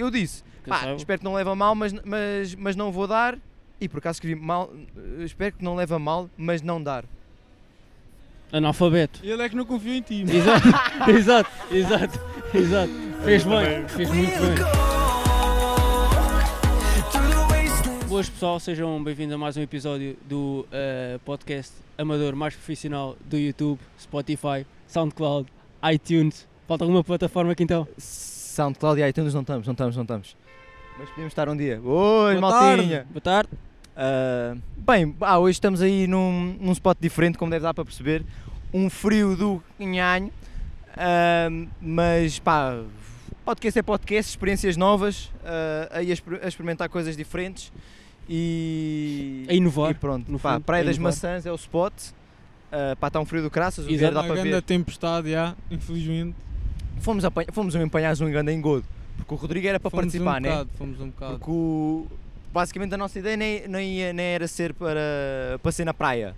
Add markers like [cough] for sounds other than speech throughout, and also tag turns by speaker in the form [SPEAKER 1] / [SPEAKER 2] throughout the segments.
[SPEAKER 1] eu disse,
[SPEAKER 2] Quem
[SPEAKER 1] pá,
[SPEAKER 2] sabe?
[SPEAKER 1] espero que não leve a mal, mas, mas, mas não vou dar. E por acaso escrevi mal, eh, espero que não leve a mal, mas não dar.
[SPEAKER 2] Analfabeto.
[SPEAKER 3] Ele é que não confiou em ti.
[SPEAKER 2] Exato,
[SPEAKER 3] [laughs]
[SPEAKER 2] exato, exato, exato. Fez bem, fez muito bem. Boas pessoal, sejam bem-vindos a mais um episódio do eh, podcast amador mais profissional do YouTube, Spotify, SoundCloud, iTunes. Falta alguma plataforma aqui então?
[SPEAKER 1] SoundCloud e iTunes não estamos, não estamos, não estamos. Mas podemos estar um dia. Oi,
[SPEAKER 3] Boa
[SPEAKER 1] maltinha!
[SPEAKER 2] Boa tarde.
[SPEAKER 1] Ah, bem, ah, hoje estamos aí num, num spot diferente, como deve dar para perceber. Um frio do nhanho. Ah, mas pá, podcast é podcast, experiências novas, ah, aí a, exper- a experimentar coisas diferentes e.
[SPEAKER 2] A inovar,
[SPEAKER 1] E pronto,
[SPEAKER 2] no
[SPEAKER 1] pá,
[SPEAKER 2] fundo, a
[SPEAKER 1] Praia das
[SPEAKER 2] inovar.
[SPEAKER 1] Maçãs é o spot. Ah, pá, está um frio do craças, o dia
[SPEAKER 2] Exato.
[SPEAKER 1] dá
[SPEAKER 3] Uma
[SPEAKER 1] para
[SPEAKER 3] grande
[SPEAKER 1] ver.
[SPEAKER 3] tempestade, já, infelizmente.
[SPEAKER 1] Fomos, apanha, fomos empanhados num grande engodo, porque o Rodrigo era para
[SPEAKER 3] fomos
[SPEAKER 1] participar,
[SPEAKER 3] um
[SPEAKER 1] né?
[SPEAKER 3] bocado, Fomos um bocado.
[SPEAKER 1] Porque o- basicamente a nossa ideia nem, nem, ia- nem era ser para, para ser na praia.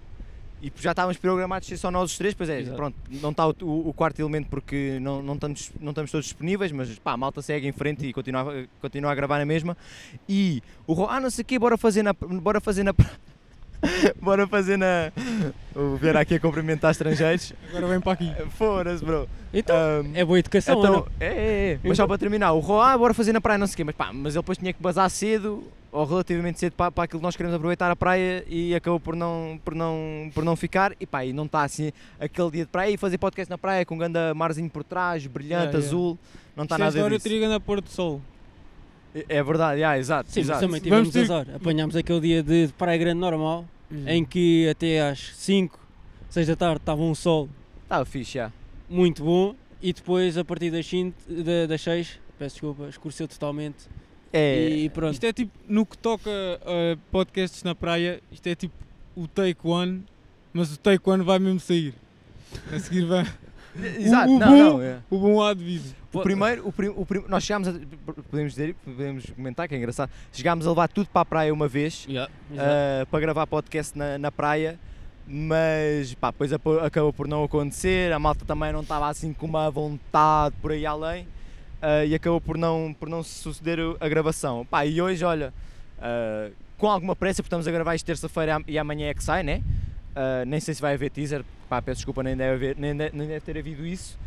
[SPEAKER 1] E já estávamos programados ser só nós os três, pois é,
[SPEAKER 2] Exato.
[SPEAKER 1] pronto, não está o, o- o quarto elemento porque não, não, estamos, não estamos todos disponíveis, mas pá, a malta segue em frente e continua, a- continua a gravar na mesma. E o Ro, ah não sei o quê, bora fazer na, bora fazer na, pra- [laughs] bora fazer na, o Vieira aqui a cumprimentar estrangeiros,
[SPEAKER 3] Agora vem para aqui.
[SPEAKER 1] foda-se bro.
[SPEAKER 2] Então,
[SPEAKER 1] Ahm,
[SPEAKER 2] é boa educação ou
[SPEAKER 1] então,
[SPEAKER 2] não?
[SPEAKER 1] é, é, é. Mas só para terminar, o Ro, ah, bora fazer na praia, não sei o quê, mas pá, mas ele depois tinha que bazar cedo, ou relativamente cedo, para, para aquilo que nós queremos aproveitar a praia e acabou por não, por não, por não ficar. E pá, e não está assim aquele dia de praia e fazer podcast na praia com um ganda marzinho por trás, brilhante,
[SPEAKER 3] Yeah, yeah.
[SPEAKER 1] azul, não está
[SPEAKER 3] Isto é
[SPEAKER 1] nada
[SPEAKER 3] história
[SPEAKER 1] disso.
[SPEAKER 3] teria ganho a pôr do sol.
[SPEAKER 1] É, é verdade, yeah, exato,
[SPEAKER 2] Sim, mas
[SPEAKER 1] exato.
[SPEAKER 2] também
[SPEAKER 3] Vamos
[SPEAKER 2] tivemos
[SPEAKER 3] ter-
[SPEAKER 2] azar. Apanhámos aquele dia de de praia grande normal, em que até às 5, 6 da tarde estava um sol
[SPEAKER 1] Estava Tá fixe, já.
[SPEAKER 2] muito bom e depois a partir das 5, da- das 6, peço desculpa, escureceu totalmente
[SPEAKER 1] É,
[SPEAKER 2] e pronto.
[SPEAKER 3] Isto é tipo, no que toca a podcasts na praia, isto é tipo o take one, mas o take one vai mesmo sair. A seguir vai. [laughs]
[SPEAKER 1] exato,
[SPEAKER 3] o
[SPEAKER 1] não,
[SPEAKER 3] bom-
[SPEAKER 1] não, é.
[SPEAKER 3] O bom há de vir.
[SPEAKER 1] O primeiro, o prim- o prim- nós chegámos a, podemos dizer, podemos comentar que é engraçado, chegámos a levar tudo para a praia uma vez,
[SPEAKER 2] Exato.
[SPEAKER 1] uh, para gravar podcast na, na praia, mas pá, depois apo- acabou por não acontecer, a malta também não estava assim com uma vontade por aí além uh, e acabou por não, por não suceder o- a gravação. Pá, e hoje, olha, uh, com alguma pressa, porque estamos a gravar isto terça-feira e am- e amanhã é que sai, né? Uh, nem sei se vai haver teaser, pá, peço desculpa, nem deve, haver- nem de- nem deve ter havido isso.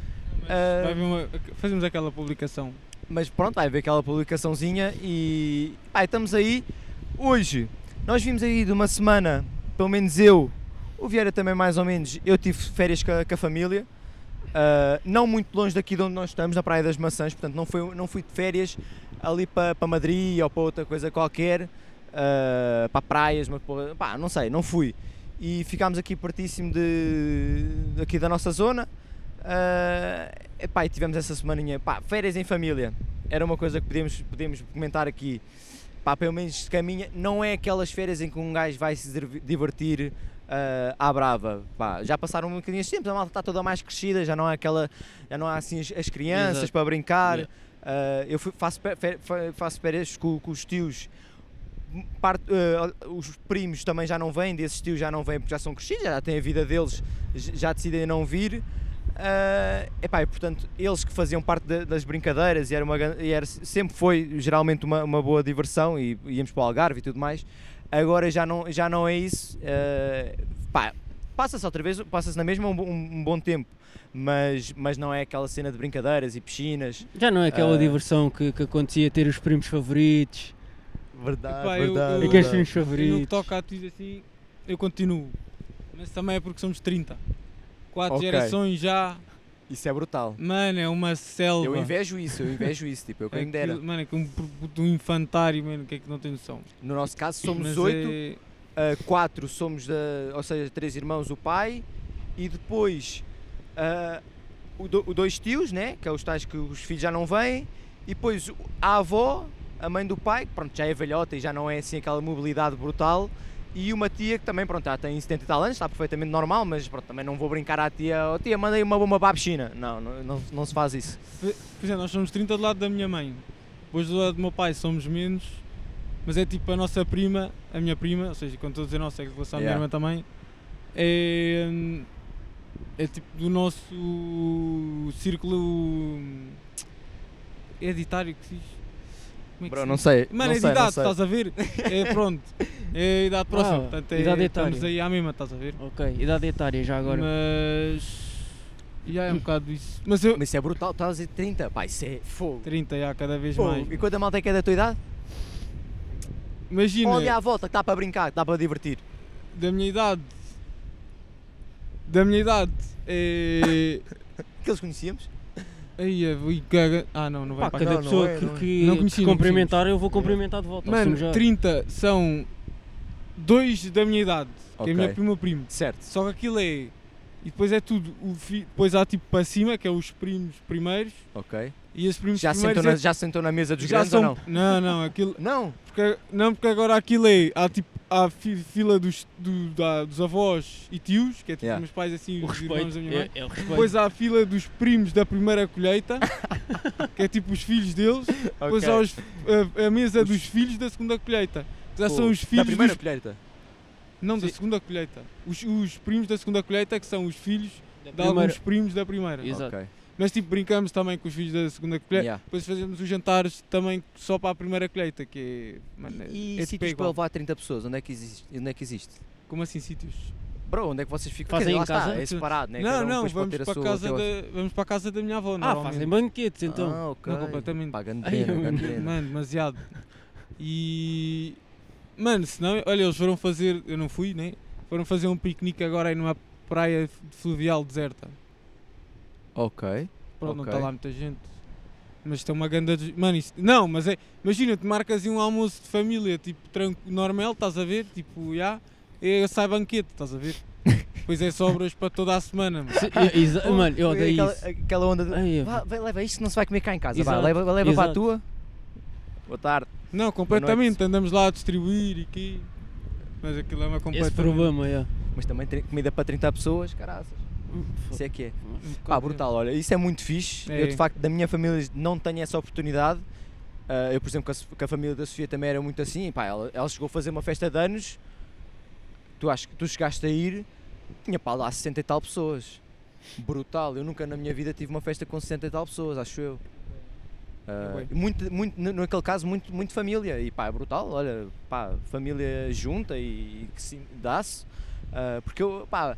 [SPEAKER 1] Ah.
[SPEAKER 3] Vai haver uma- fazemos aquela publicação.
[SPEAKER 1] Mas pronto, vai haver aquela publicaçãozinha e. Pá, estamos aí. Hoje, nós vimos aí de uma semana, pelo menos eu, o Vieira também mais ou menos, eu tive férias com a, com a família, ah, não muito longe daqui de onde nós estamos, na Praia das Maçãs, portanto não, foi, não fui de férias ali para, para Madrid ou para outra coisa qualquer, ah, para praias, mas para- pá, não sei, não fui. E ficámos aqui pertíssimo de, aqui da nossa zona, ah, epá, e tivemos essa semaninha, pá, férias em família, era uma coisa que podíamos, podíamos comentar aqui. Pá, pelo menos se caminha, não é aquelas férias em que um gajo vai se dir- divertir ah, à brava. Pá, já passaram um bocadinho os tempos, a malta está toda mais crescida, já não há aquela, já não há assim as, as crianças
[SPEAKER 2] Exato.
[SPEAKER 1] para brincar.
[SPEAKER 2] Yeah.
[SPEAKER 1] Ah, eu fui- faço, pe- fe- fa- faço férias com, com os tios. Parte- ah, os primos também já não vêm, desses tios já não vêm porque já são crescidos, já têm a vida deles, j- já decidem não vir. Ah, epá, e portanto, eles que faziam parte da- das brincadeiras e, era uma, gran- e era, sempre foi geralmente uma, uma boa diversão e íamos para o Algarve e tudo mais. Agora já não, já não é isso. Ah, pá, passa-se outra vez, passa-se na mesma um, bo- um- um bom tempo, mas, mas não é aquela cena de brincadeiras e piscinas.
[SPEAKER 2] Já não é aquela
[SPEAKER 1] Ah.
[SPEAKER 2] diversão que, que acontecia ter os primos favoritos,
[SPEAKER 1] Verdade,
[SPEAKER 3] Epá, eu- verdade, eu-
[SPEAKER 2] aqueles primos
[SPEAKER 3] E no que
[SPEAKER 2] favoritos.
[SPEAKER 3] toca a tudo assim, eu continuo. Mas também é porque somos 30. Quatro
[SPEAKER 1] Ok.
[SPEAKER 3] gerações já.
[SPEAKER 1] Isso é brutal.
[SPEAKER 3] Mano, é uma selva.
[SPEAKER 1] Eu invejo isso, eu invejo isso, tipo, eu quem
[SPEAKER 3] Aquilo-
[SPEAKER 1] me dera.
[SPEAKER 3] Mano, é que um, puto- um infantário, mano, que é que não tem noção.
[SPEAKER 1] No nosso caso somos
[SPEAKER 3] Mas
[SPEAKER 1] oito,
[SPEAKER 3] é-
[SPEAKER 1] ah, quatro somos da, ou seja, três irmãos, o pai e depois ah, o, do- o dois tios, né, que é os tais que os filhos já não vêm, e depois o- a avó, a mãe do pai, que pronto, já é velhota e já não é assim aquela mobilidade brutal. E uma tia que também, pronto, já tem 70 e tal anos, está perfeitamente normal, mas pronto, também não vou brincar à tia, oh tia, mandei uma bomba para a piscina. Não, não, não, não se faz isso.
[SPEAKER 3] Por exemplo, nós somos 30 do lado da minha mãe. Depois do lado do meu pai somos menos. Mas é tipo a nossa prima, a minha prima, ou seja, quando estou a dizer nossa, é em relação à minha
[SPEAKER 1] Yeah.
[SPEAKER 3] irmã também. É, hum, é tipo do nosso círculo hum, hereditário que se diz. Como é que
[SPEAKER 1] Bro,
[SPEAKER 3] se
[SPEAKER 1] não
[SPEAKER 3] diz?
[SPEAKER 1] sei.
[SPEAKER 3] Mano,
[SPEAKER 1] não
[SPEAKER 3] é de
[SPEAKER 1] sei, não
[SPEAKER 3] idade,
[SPEAKER 1] sei.
[SPEAKER 3] estás a ver? É pronto. É idade próxima.
[SPEAKER 2] Ah,
[SPEAKER 3] portanto, é,
[SPEAKER 2] idade
[SPEAKER 3] estamos
[SPEAKER 2] etária.
[SPEAKER 3] aí à mesma, estás a ver?
[SPEAKER 2] Ok, idade etária já agora.
[SPEAKER 3] Mas. E é um bocado isso. Mas eu.
[SPEAKER 1] Mas isso é brutal, estás a dizer 30, pá, isso é fogo.
[SPEAKER 3] 30 já, cada vez
[SPEAKER 1] Fogo.
[SPEAKER 3] mais.
[SPEAKER 1] E quanto a malta é que é da tua idade?
[SPEAKER 3] Imagina,
[SPEAKER 1] Olha à volta, que dá para brincar, que dá para divertir.
[SPEAKER 3] da minha idade. Da minha idade.
[SPEAKER 1] [laughs]
[SPEAKER 3] É.
[SPEAKER 1] Aqueles conhecíamos?
[SPEAKER 3] Aí é. ui, caga- Ah, não, não vai
[SPEAKER 2] Pá,
[SPEAKER 3] para
[SPEAKER 1] cada-
[SPEAKER 3] cá.
[SPEAKER 2] cada
[SPEAKER 1] não, não
[SPEAKER 2] pessoa
[SPEAKER 1] é,
[SPEAKER 2] que,
[SPEAKER 1] não é.
[SPEAKER 2] que-
[SPEAKER 3] Não
[SPEAKER 2] que
[SPEAKER 3] conheci, não
[SPEAKER 2] cumprimentar, eu vou cumprimentar de volta.
[SPEAKER 3] Mano,
[SPEAKER 2] assumo já.
[SPEAKER 3] 30 são. Dois da minha idade. Que é a minha
[SPEAKER 1] Ok.
[SPEAKER 3] prima primo.
[SPEAKER 1] Certo.
[SPEAKER 3] Só que aquilo é. E depois é tudo. O fi- Depois há tipo para cima, que é os primos primeiros.
[SPEAKER 1] Ok.
[SPEAKER 3] E esses primos
[SPEAKER 1] Já sentou,
[SPEAKER 3] primeiros.
[SPEAKER 1] na,
[SPEAKER 3] é-
[SPEAKER 1] já sentou na mesa dos
[SPEAKER 3] já
[SPEAKER 1] grandes
[SPEAKER 3] são-
[SPEAKER 1] ou não?
[SPEAKER 3] Não, não, aquilo.
[SPEAKER 1] Não.
[SPEAKER 3] Porque, não, porque agora aquilo é. Há tipo. Há fi- fila dos, do- da- dos avós e tios, que é tipo
[SPEAKER 1] Yeah.
[SPEAKER 3] meus pais assim,
[SPEAKER 2] o
[SPEAKER 3] os irmãos
[SPEAKER 2] respeito.
[SPEAKER 3] da minha mãe.
[SPEAKER 2] É, é o respeito.
[SPEAKER 3] Depois há a fila dos primos da primeira colheita, [laughs] que é tipo os filhos deles. Depois
[SPEAKER 1] Ok.
[SPEAKER 3] há os- a, a mesa dos filhos da segunda colheita. Já são os filhos
[SPEAKER 1] Da primeira
[SPEAKER 3] dos,
[SPEAKER 1] colheita.
[SPEAKER 3] Não, da
[SPEAKER 2] Sim.
[SPEAKER 3] segunda colheita. Os, os primos da segunda colheita é que são os filhos
[SPEAKER 2] Da
[SPEAKER 3] de
[SPEAKER 2] primeira-
[SPEAKER 3] alguns primos da primeira.
[SPEAKER 2] Exato.
[SPEAKER 1] Ok.
[SPEAKER 3] Mas tipo, brincamos também com os filhos da segunda colheita.
[SPEAKER 1] Yeah.
[SPEAKER 3] Depois fazemos os jantares também só para a primeira colheita, que é. Mano,
[SPEAKER 1] E,
[SPEAKER 3] é-
[SPEAKER 1] e
[SPEAKER 3] é de
[SPEAKER 1] sítios
[SPEAKER 3] pé
[SPEAKER 1] para
[SPEAKER 3] igual.
[SPEAKER 1] levar 30 pessoas, onde é que existe? Onde é que existe?
[SPEAKER 3] Como assim sítios?
[SPEAKER 1] Bro, onde é que vocês ficam?
[SPEAKER 2] Fazem
[SPEAKER 1] Quer dizer,
[SPEAKER 2] em
[SPEAKER 1] lá está,
[SPEAKER 2] casa?
[SPEAKER 1] é separado, né? Cada
[SPEAKER 3] não,
[SPEAKER 1] um
[SPEAKER 3] não,
[SPEAKER 1] depois pode
[SPEAKER 3] vamos
[SPEAKER 1] ter a
[SPEAKER 3] para, a
[SPEAKER 1] sua-
[SPEAKER 3] casa
[SPEAKER 1] o teu-
[SPEAKER 3] da, vamos para a casa da minha avó.
[SPEAKER 2] Ah,
[SPEAKER 3] normalmente.
[SPEAKER 2] fazem banquetes então.
[SPEAKER 1] Ah, ok.
[SPEAKER 3] Não, completamente.
[SPEAKER 1] Pá, grande
[SPEAKER 2] Ai,
[SPEAKER 1] pena,
[SPEAKER 2] mano.
[SPEAKER 1] grande pena.
[SPEAKER 3] Mano, demasiado. E. Mano, senão. Olha, eles foram fazer. Eu não fui, né? Foram fazer um piquenique agora aí numa praia fluvial deserta.
[SPEAKER 1] Ok.
[SPEAKER 3] Pronto, não
[SPEAKER 1] Ok.
[SPEAKER 3] está lá muita gente. Mas tem uma grande. des- Mano, isso... Não, mas é. Imagina, te marcas aí um almoço de família, tipo, tranco... normal, estás a ver? Tipo, já. É, sai banquete, estás a
[SPEAKER 1] [laughs]
[SPEAKER 3] ver? Pois é, sobras para toda a semana, Ah, mano.
[SPEAKER 2] Se- eu- exa- Mano, eu odeio
[SPEAKER 1] aquela,
[SPEAKER 2] isso.
[SPEAKER 1] aquela onda de.
[SPEAKER 2] Ai, eu-
[SPEAKER 1] Vá, vai, leva isto, não se vai comer cá em casa. Vá,
[SPEAKER 2] Exato,
[SPEAKER 1] leva, leva para a
[SPEAKER 2] exato.
[SPEAKER 1] tua. Boa tarde.
[SPEAKER 3] Não, completamente. Andamos lá a distribuir e aqui. Mas aquilo é uma
[SPEAKER 2] Esse
[SPEAKER 3] completamente.
[SPEAKER 2] problema, é.
[SPEAKER 1] Mas também ter comida para 30 pessoas, caraças. Isso é que é. Pá, brutal, olha, isso é muito fixe.
[SPEAKER 3] É.
[SPEAKER 1] Eu, de facto, da minha família não tenho essa oportunidade. Ah, eu, por exemplo, com a, Sof- com a família da Sofia também era muito assim. Pá, ela, ela chegou a fazer uma festa de anos. Tu, acho que tu chegaste a ir, tinha pá lá 60 e tal pessoas. Brutal, eu nunca na minha vida tive uma festa com 60 e tal pessoas, acho eu. Ah,
[SPEAKER 3] É
[SPEAKER 1] muito, muito, no- naquele caso, muito, muito família. E pá, é brutal, olha, pá, família junta e, e que se dá-se. Ah, porque eu, pá,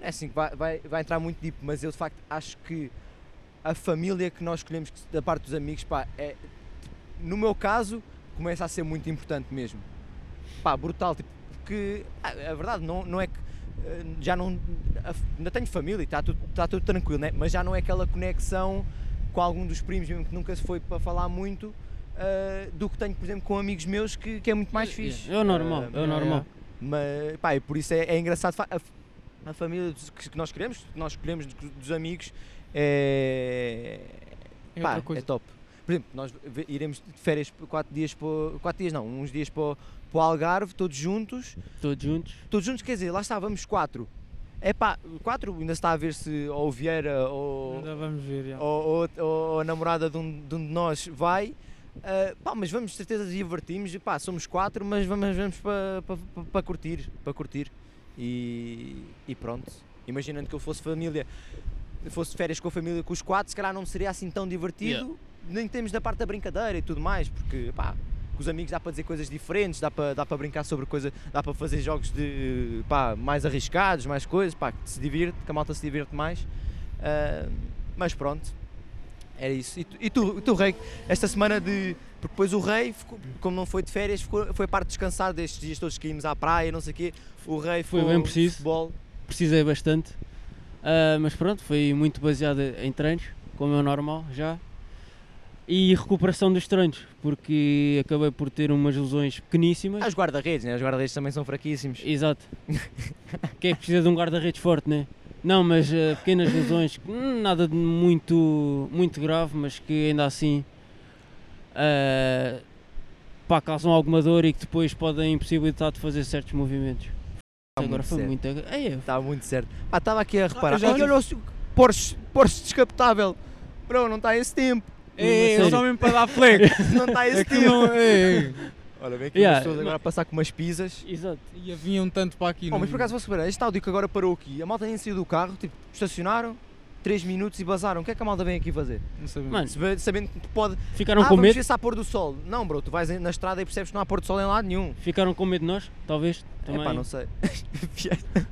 [SPEAKER 1] é assim que vai, vai, vai entrar muito deep, mas eu de facto acho que a família que nós escolhemos que- da parte dos amigos, pá, é, no meu caso, começa a ser muito importante mesmo. Pá, brutal, tipo, porque ah, a, verdade não, não é que eh, já não a f- ainda tenho família e está tudo, está tudo tranquilo, né? mas já não é aquela conexão com algum dos primos, mesmo que nunca se foi para falar muito, ah, do que tenho, por exemplo, com amigos meus que, que é muito mais fixe.
[SPEAKER 2] É o normal,
[SPEAKER 1] Ah,
[SPEAKER 2] é o normal.
[SPEAKER 1] mas, pá, e por isso é, é engraçado. fa- A, f- a família dos- que, que nós queremos, que nós escolhemos do- dos amigos, é.
[SPEAKER 3] outra
[SPEAKER 1] pá,
[SPEAKER 3] coisa.
[SPEAKER 1] é top. Por exemplo, nós ve- iremos de férias 4 dias para. 4 dias não, uns dias para, o- para o Algarve, todos juntos.
[SPEAKER 2] Todos juntos.
[SPEAKER 1] Todos juntos, quer dizer, lá está, vamos 4. É pá, 4 ainda está a ver se ou o Vieira ou,
[SPEAKER 3] Ainda vamos ver, já.
[SPEAKER 1] ou, ou- ou a namorada de um, de um de nós vai, ah, pá, mas vamos de certeza divertimos, pá, somos quatro, mas vamos, vamos para pa, pa- pa curtir, para curtir e, e pronto. Imaginando que eu fosse família, fosse de férias com a família com os quatro, se calhar não seria assim tão divertido,
[SPEAKER 2] Yeah.
[SPEAKER 1] nem temos da parte da brincadeira e tudo mais, porque pá, com os amigos dá para dizer coisas diferentes, dá para, dá para brincar sobre coisa, dá para fazer jogos de pá, mais arriscados, mais coisas, pá, que se divirte, que a malta se divirte mais. Ah, mas pronto, era isso. E tu, e tu, e tu, Rei, esta semana de. Porque depois o Rei, ficou- como não foi de férias, ficou- foi parte de descansar destes dias todos que íamos à praia, não sei o quê. O Rei
[SPEAKER 2] Foi
[SPEAKER 1] ficou
[SPEAKER 2] bem preciso.
[SPEAKER 1] futebol.
[SPEAKER 2] precisei bastante. Ah, mas pronto, foi muito baseado em treinos, como é o normal já. E recuperação dos treinos, porque acabei por ter umas lesões pequeníssimas.
[SPEAKER 1] As guarda-redes, né? Os guarda-redes também são fraquíssimos.
[SPEAKER 2] Exato. Quem é que precisa de um guarda-redes forte, né? Não, mas ah, pequenas lesões, que, hum, nada de muito, muito grave, mas que ainda assim ah, pá, causam alguma dor e que depois podem impossibilitar de fazer certos movimentos.
[SPEAKER 1] Está
[SPEAKER 2] Agora
[SPEAKER 1] muito
[SPEAKER 2] foi
[SPEAKER 1] certo.
[SPEAKER 2] muito. ag- Ei, é,
[SPEAKER 1] Está muito certo. Ah, estava aqui a reparar.
[SPEAKER 3] eu já
[SPEAKER 1] Olha,
[SPEAKER 3] tive-
[SPEAKER 1] olha o seu- Porsche, Porsche descapotável. Bro, não está esse tempo.
[SPEAKER 3] É, é,
[SPEAKER 2] Sério.
[SPEAKER 3] só mesmo para dar flex.
[SPEAKER 1] [laughs] Não está esse
[SPEAKER 3] Aquilo
[SPEAKER 1] tempo.
[SPEAKER 3] não é. é.
[SPEAKER 1] Olha, vem aqui
[SPEAKER 2] Yeah,
[SPEAKER 1] as pessoas agora a passar com umas pisas.
[SPEAKER 2] Exato.
[SPEAKER 3] E vinha um tanto para aqui.
[SPEAKER 1] Oh,
[SPEAKER 3] não
[SPEAKER 1] mas por
[SPEAKER 3] vinha.
[SPEAKER 1] acaso vou saber, este áudio que agora parou aqui, a malta nem saiu do carro, tipo, estacionaram, 3 minutos e bazaram. O que é que a malta vem aqui fazer?
[SPEAKER 3] Não sabemos.
[SPEAKER 2] Mano,
[SPEAKER 1] Se vê- Sabendo que pode.
[SPEAKER 2] ficaram
[SPEAKER 1] ah,
[SPEAKER 2] com
[SPEAKER 1] vamos
[SPEAKER 2] medo.
[SPEAKER 1] ver se há pôr do sol. Não, bro, tu vais na estrada e percebes que não há pôr do sol em lado nenhum.
[SPEAKER 2] Ficaram com medo de nós, talvez. Também.
[SPEAKER 1] Epá, não
[SPEAKER 2] [laughs]
[SPEAKER 1] sei. Piada.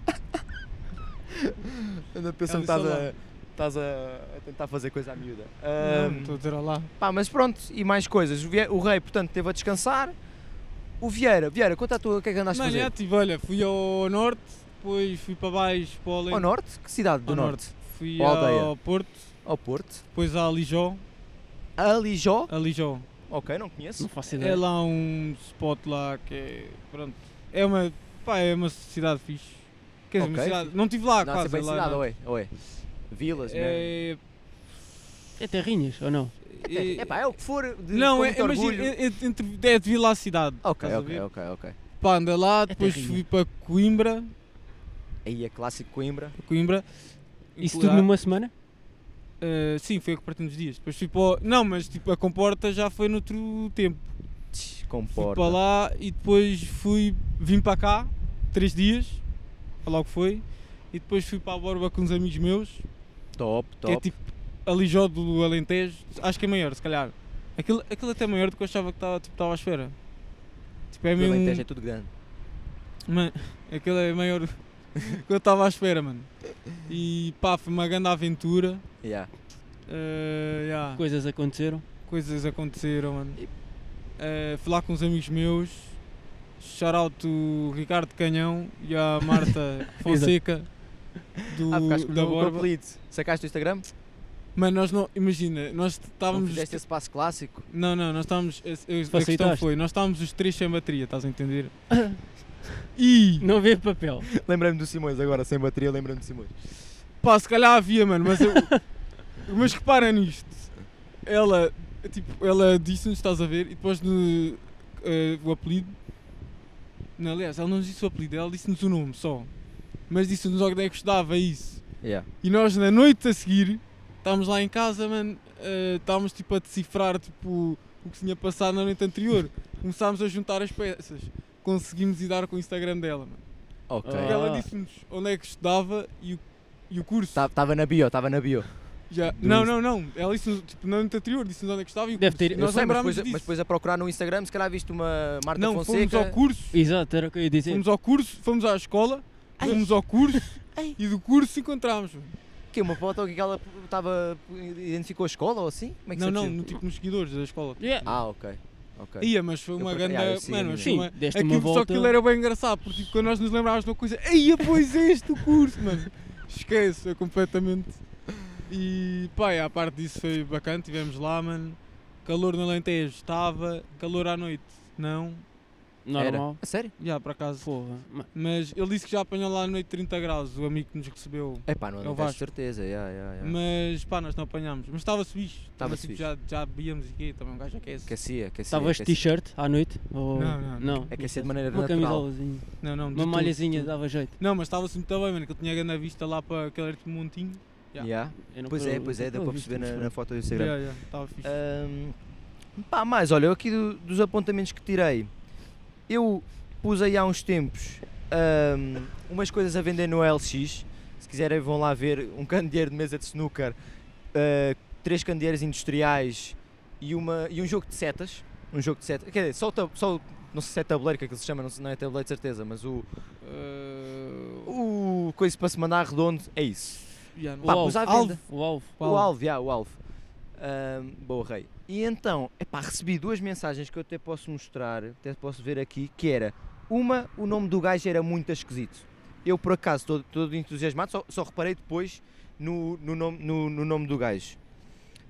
[SPEAKER 1] Ainda pensam que estás
[SPEAKER 2] É
[SPEAKER 3] Ela disse
[SPEAKER 1] a,
[SPEAKER 3] olá.
[SPEAKER 1] estás a a tentar fazer coisa à miúda.
[SPEAKER 3] Não,
[SPEAKER 1] Ahm,
[SPEAKER 3] Estou a dizer olá.
[SPEAKER 1] pá, mas pronto, e mais coisas. O, Vie- o Rei, portanto, teve a descansar. O Vieira, Vieira, conta a tua, o que é que andaste a
[SPEAKER 3] Mano,
[SPEAKER 1] fazer?
[SPEAKER 3] é, tipo, olha, fui ao norte, depois fui para baixo, para o Além.
[SPEAKER 1] Ao Norte? Que cidade do
[SPEAKER 3] Ao
[SPEAKER 1] norte?
[SPEAKER 3] Fui
[SPEAKER 1] Ou aldeia.
[SPEAKER 3] ao Porto,
[SPEAKER 1] Ao Porto?
[SPEAKER 3] depois a Alijó.
[SPEAKER 1] A Lijó?
[SPEAKER 3] A Alijó.
[SPEAKER 1] Ok, não conheço.
[SPEAKER 2] Não faço ideia.
[SPEAKER 3] É lá um spot lá que é. Pronto. É uma. Pá, é uma cidade fixe. Quer dizer, uma
[SPEAKER 1] Ok.
[SPEAKER 3] cidade. Não estive lá
[SPEAKER 1] Não,
[SPEAKER 3] quase.
[SPEAKER 1] sei bem
[SPEAKER 3] é lá,
[SPEAKER 1] cidade,
[SPEAKER 3] não.
[SPEAKER 1] ou é? Ou é? Vilas, merda.
[SPEAKER 3] É.
[SPEAKER 2] É terrinhas, ou não?
[SPEAKER 1] É, pá, é o que for. De,
[SPEAKER 3] Não,
[SPEAKER 1] com
[SPEAKER 3] é,
[SPEAKER 1] muito
[SPEAKER 3] imagina,
[SPEAKER 1] orgulho.
[SPEAKER 3] é, é, de- entre- é de vila à cidade.
[SPEAKER 1] Ok,
[SPEAKER 3] estás a
[SPEAKER 1] ok, É
[SPEAKER 3] ver?
[SPEAKER 1] ok, ok.
[SPEAKER 3] Pá, andei lá, depois
[SPEAKER 2] terrinha.
[SPEAKER 3] fui para Coimbra.
[SPEAKER 1] Aí é clássico Coimbra.
[SPEAKER 3] Coimbra.
[SPEAKER 2] Isso
[SPEAKER 3] Fui
[SPEAKER 2] tudo
[SPEAKER 3] lá.
[SPEAKER 2] numa semana?
[SPEAKER 3] Ah, sim, foi a que partiu nos dias. Depois fui para. o- Não, mas tipo, a comporta já foi noutro tempo.
[SPEAKER 1] Tch,
[SPEAKER 3] Fui
[SPEAKER 1] Comporta.
[SPEAKER 3] para lá e depois fui. Vim para cá, três dias, olha lá o que foi. E depois fui para a Borba com uns amigos meus,
[SPEAKER 1] Top,
[SPEAKER 3] que é
[SPEAKER 1] top.
[SPEAKER 3] tipo a Lijó do Alentejo. Acho que é maior, se calhar. Aquilo, aquilo até é maior do que eu achava que estava tipo, estava à espera. Tipo, é
[SPEAKER 1] O
[SPEAKER 3] mesmo.
[SPEAKER 1] Alentejo é tudo grande.
[SPEAKER 3] Mano, [laughs] aquilo é maior do que eu estava à espera, mano. E pá, foi uma grande aventura.
[SPEAKER 1] Yeah.
[SPEAKER 3] Ah, yeah.
[SPEAKER 2] Coisas aconteceram.
[SPEAKER 3] coisas aconteceram, mano. Eh, fui lá com uns amigos meus. Shout out o Ricardo Canhão e a Marta Fonseca do,
[SPEAKER 1] Ah, ficaste com
[SPEAKER 3] da
[SPEAKER 1] o
[SPEAKER 3] Borba.
[SPEAKER 1] apelido. Sacaste o Instagram?
[SPEAKER 3] Mas nós não, imagina, nós
[SPEAKER 1] Não
[SPEAKER 3] estávamos.
[SPEAKER 1] fizeste esse passo
[SPEAKER 3] [laughs]
[SPEAKER 1] clássico?
[SPEAKER 3] Não, não, nós estávamos. A, a- a questão
[SPEAKER 2] Facilitaste.
[SPEAKER 3] foi, nós estávamos os três sem bateria, estás a
[SPEAKER 1] [coughs]
[SPEAKER 3] entender? E
[SPEAKER 2] Não
[SPEAKER 1] [laughs]
[SPEAKER 2] vê papel.
[SPEAKER 1] Lembrei-me do Simões agora, sem bateria, lembrei-me do Simões.
[SPEAKER 3] pá, se calhar havia, mano, mas eu. mas repara nisto. Ela, tipo, ela disse-nos, estás a ver, e depois no, eh, o apelido. Não, aliás, ela não nos disse o apelido, ela disse-nos o nome só. Mas disse-nos onde é que estudava isso.
[SPEAKER 1] Yeah.
[SPEAKER 3] E nós, na noite a seguir, estávamos lá em casa, mano, eh, estávamos tipo a decifrar tipo, o que tinha passado na noite anterior. Começámos a juntar as peças. Conseguimos ir dar com o Instagram dela, mano.
[SPEAKER 1] Ok.
[SPEAKER 2] Ah.
[SPEAKER 3] Ela disse-nos onde é que estudava e o, e o curso.
[SPEAKER 1] Estava Tá, na bio, estava na bio.
[SPEAKER 3] Já-
[SPEAKER 1] Do
[SPEAKER 3] Não,
[SPEAKER 1] Insta-
[SPEAKER 3] não, não. Ela disse-nos, tipo, na noite anterior, disse-nos onde é que estava e o
[SPEAKER 2] Deve
[SPEAKER 3] curso.
[SPEAKER 2] ter-
[SPEAKER 3] Nós
[SPEAKER 1] Eu sei, mas
[SPEAKER 3] lembrámos
[SPEAKER 1] depois, mas
[SPEAKER 3] disso.
[SPEAKER 1] depois a procurar no Instagram, se calhar viste uma Marta
[SPEAKER 3] Não, fomos
[SPEAKER 1] Fonseca.
[SPEAKER 3] ao curso.
[SPEAKER 2] Exato, era o que eu ia dizer.
[SPEAKER 3] Fomos ao curso, fomos à escola,
[SPEAKER 1] Ai.
[SPEAKER 3] fomos ao curso
[SPEAKER 1] [laughs] Ai.
[SPEAKER 3] e do curso encontramos.
[SPEAKER 1] Que uma foto que ela estava. identificou a escola ou assim? Como é que
[SPEAKER 3] Não,
[SPEAKER 1] se
[SPEAKER 3] não,
[SPEAKER 1] atingiu?
[SPEAKER 3] no, tipo nos seguidores da escola.
[SPEAKER 2] Yeah.
[SPEAKER 1] Ah, ok. Ok.
[SPEAKER 3] Ia, mas foi
[SPEAKER 1] Eu
[SPEAKER 3] uma
[SPEAKER 1] por-
[SPEAKER 3] grande.
[SPEAKER 1] Ah, eu segui a
[SPEAKER 3] mano,
[SPEAKER 1] minha.
[SPEAKER 3] mas foi
[SPEAKER 2] Sim,
[SPEAKER 3] uma...
[SPEAKER 2] deste uma
[SPEAKER 3] Aquilo,
[SPEAKER 2] volta.
[SPEAKER 3] Só que aquilo era bem engraçado, porque tipo, quando nós nos lembrávamos de uma coisa, aí pois é este o
[SPEAKER 1] [laughs]
[SPEAKER 3] curso, mano. Esquece, é completamente. E pá, e à parte disso foi bacana, estivemos lá, mano. Calor no Alentejo estava, calor à noite não.
[SPEAKER 1] Era.
[SPEAKER 2] Normal.
[SPEAKER 1] A sério?
[SPEAKER 3] Já, por acaso.
[SPEAKER 2] Porra. Mano,
[SPEAKER 3] Mas ele disse que já apanhou lá à noite 30 graus, o amigo que nos recebeu.
[SPEAKER 1] É pá, não,
[SPEAKER 3] Eu
[SPEAKER 1] não tens
[SPEAKER 3] acho.
[SPEAKER 1] certeza. Yeah, yeah, yeah.
[SPEAKER 3] Mas pá, nós não apanhámos. Mas estava-se bicho.
[SPEAKER 1] Estava
[SPEAKER 3] tipo,
[SPEAKER 1] fixe. é
[SPEAKER 3] já, já bebíamos e quê, também um gajo aquece.
[SPEAKER 1] Aquecia, aquecia.
[SPEAKER 2] Estavas de
[SPEAKER 1] aquecia.
[SPEAKER 2] t-shirt à noite? Ou...
[SPEAKER 3] Não, não, não.
[SPEAKER 1] É que é ser de maneira
[SPEAKER 2] Uma
[SPEAKER 1] natural.
[SPEAKER 2] camisolazinha.
[SPEAKER 3] Não, não, de
[SPEAKER 2] Uma
[SPEAKER 3] tudo,
[SPEAKER 2] malhazinha
[SPEAKER 3] de tudo.
[SPEAKER 2] dava jeito.
[SPEAKER 3] Não, mas estava-se muito bem, mano, que ele tinha a grande vista lá para aquele tipo montinho. Yeah.
[SPEAKER 1] Yeah.
[SPEAKER 2] Eu não-
[SPEAKER 1] Pois é, pois é, deu
[SPEAKER 2] eu
[SPEAKER 1] para
[SPEAKER 2] vi isso,
[SPEAKER 1] perceber na,
[SPEAKER 2] mas
[SPEAKER 1] na
[SPEAKER 2] pronto.
[SPEAKER 1] foto do Instagram.
[SPEAKER 3] Yeah, yeah, estava fixe.
[SPEAKER 1] Eh, Ahm, pá, mais, olha, eu aqui do- dos apontamentos que tirei, eu pus aí há uns tempos ahm, umas coisas a vender no LX. Se quiserem, vão lá ver um candeeiro de mesa de snooker, ah, três candeeiros industriais e, uma, e um jogo de setas. Um jogo de setas, quer dizer, só, o tab- só o- não sei se é tabuleiro que aquilo se chama, não, sei- não é tabuleiro de certeza, mas o,
[SPEAKER 3] Uh,
[SPEAKER 1] o coisa para se mandar redondo é isso.
[SPEAKER 3] yeah, não-
[SPEAKER 1] Pá,
[SPEAKER 2] Uau,
[SPEAKER 1] pus à
[SPEAKER 2] alvo,
[SPEAKER 1] venda.
[SPEAKER 2] O alvo.
[SPEAKER 1] O alvo, já, o alvo. Ahm, boa, rei. E então, epá, recebi duas mensagens que eu até posso mostrar, até posso ver aqui, que era, uma, o nome do gajo era muito esquisito. Eu, por acaso, todo, todo entusiasmado, só, só reparei depois no, no, nome, no, no nome do gajo.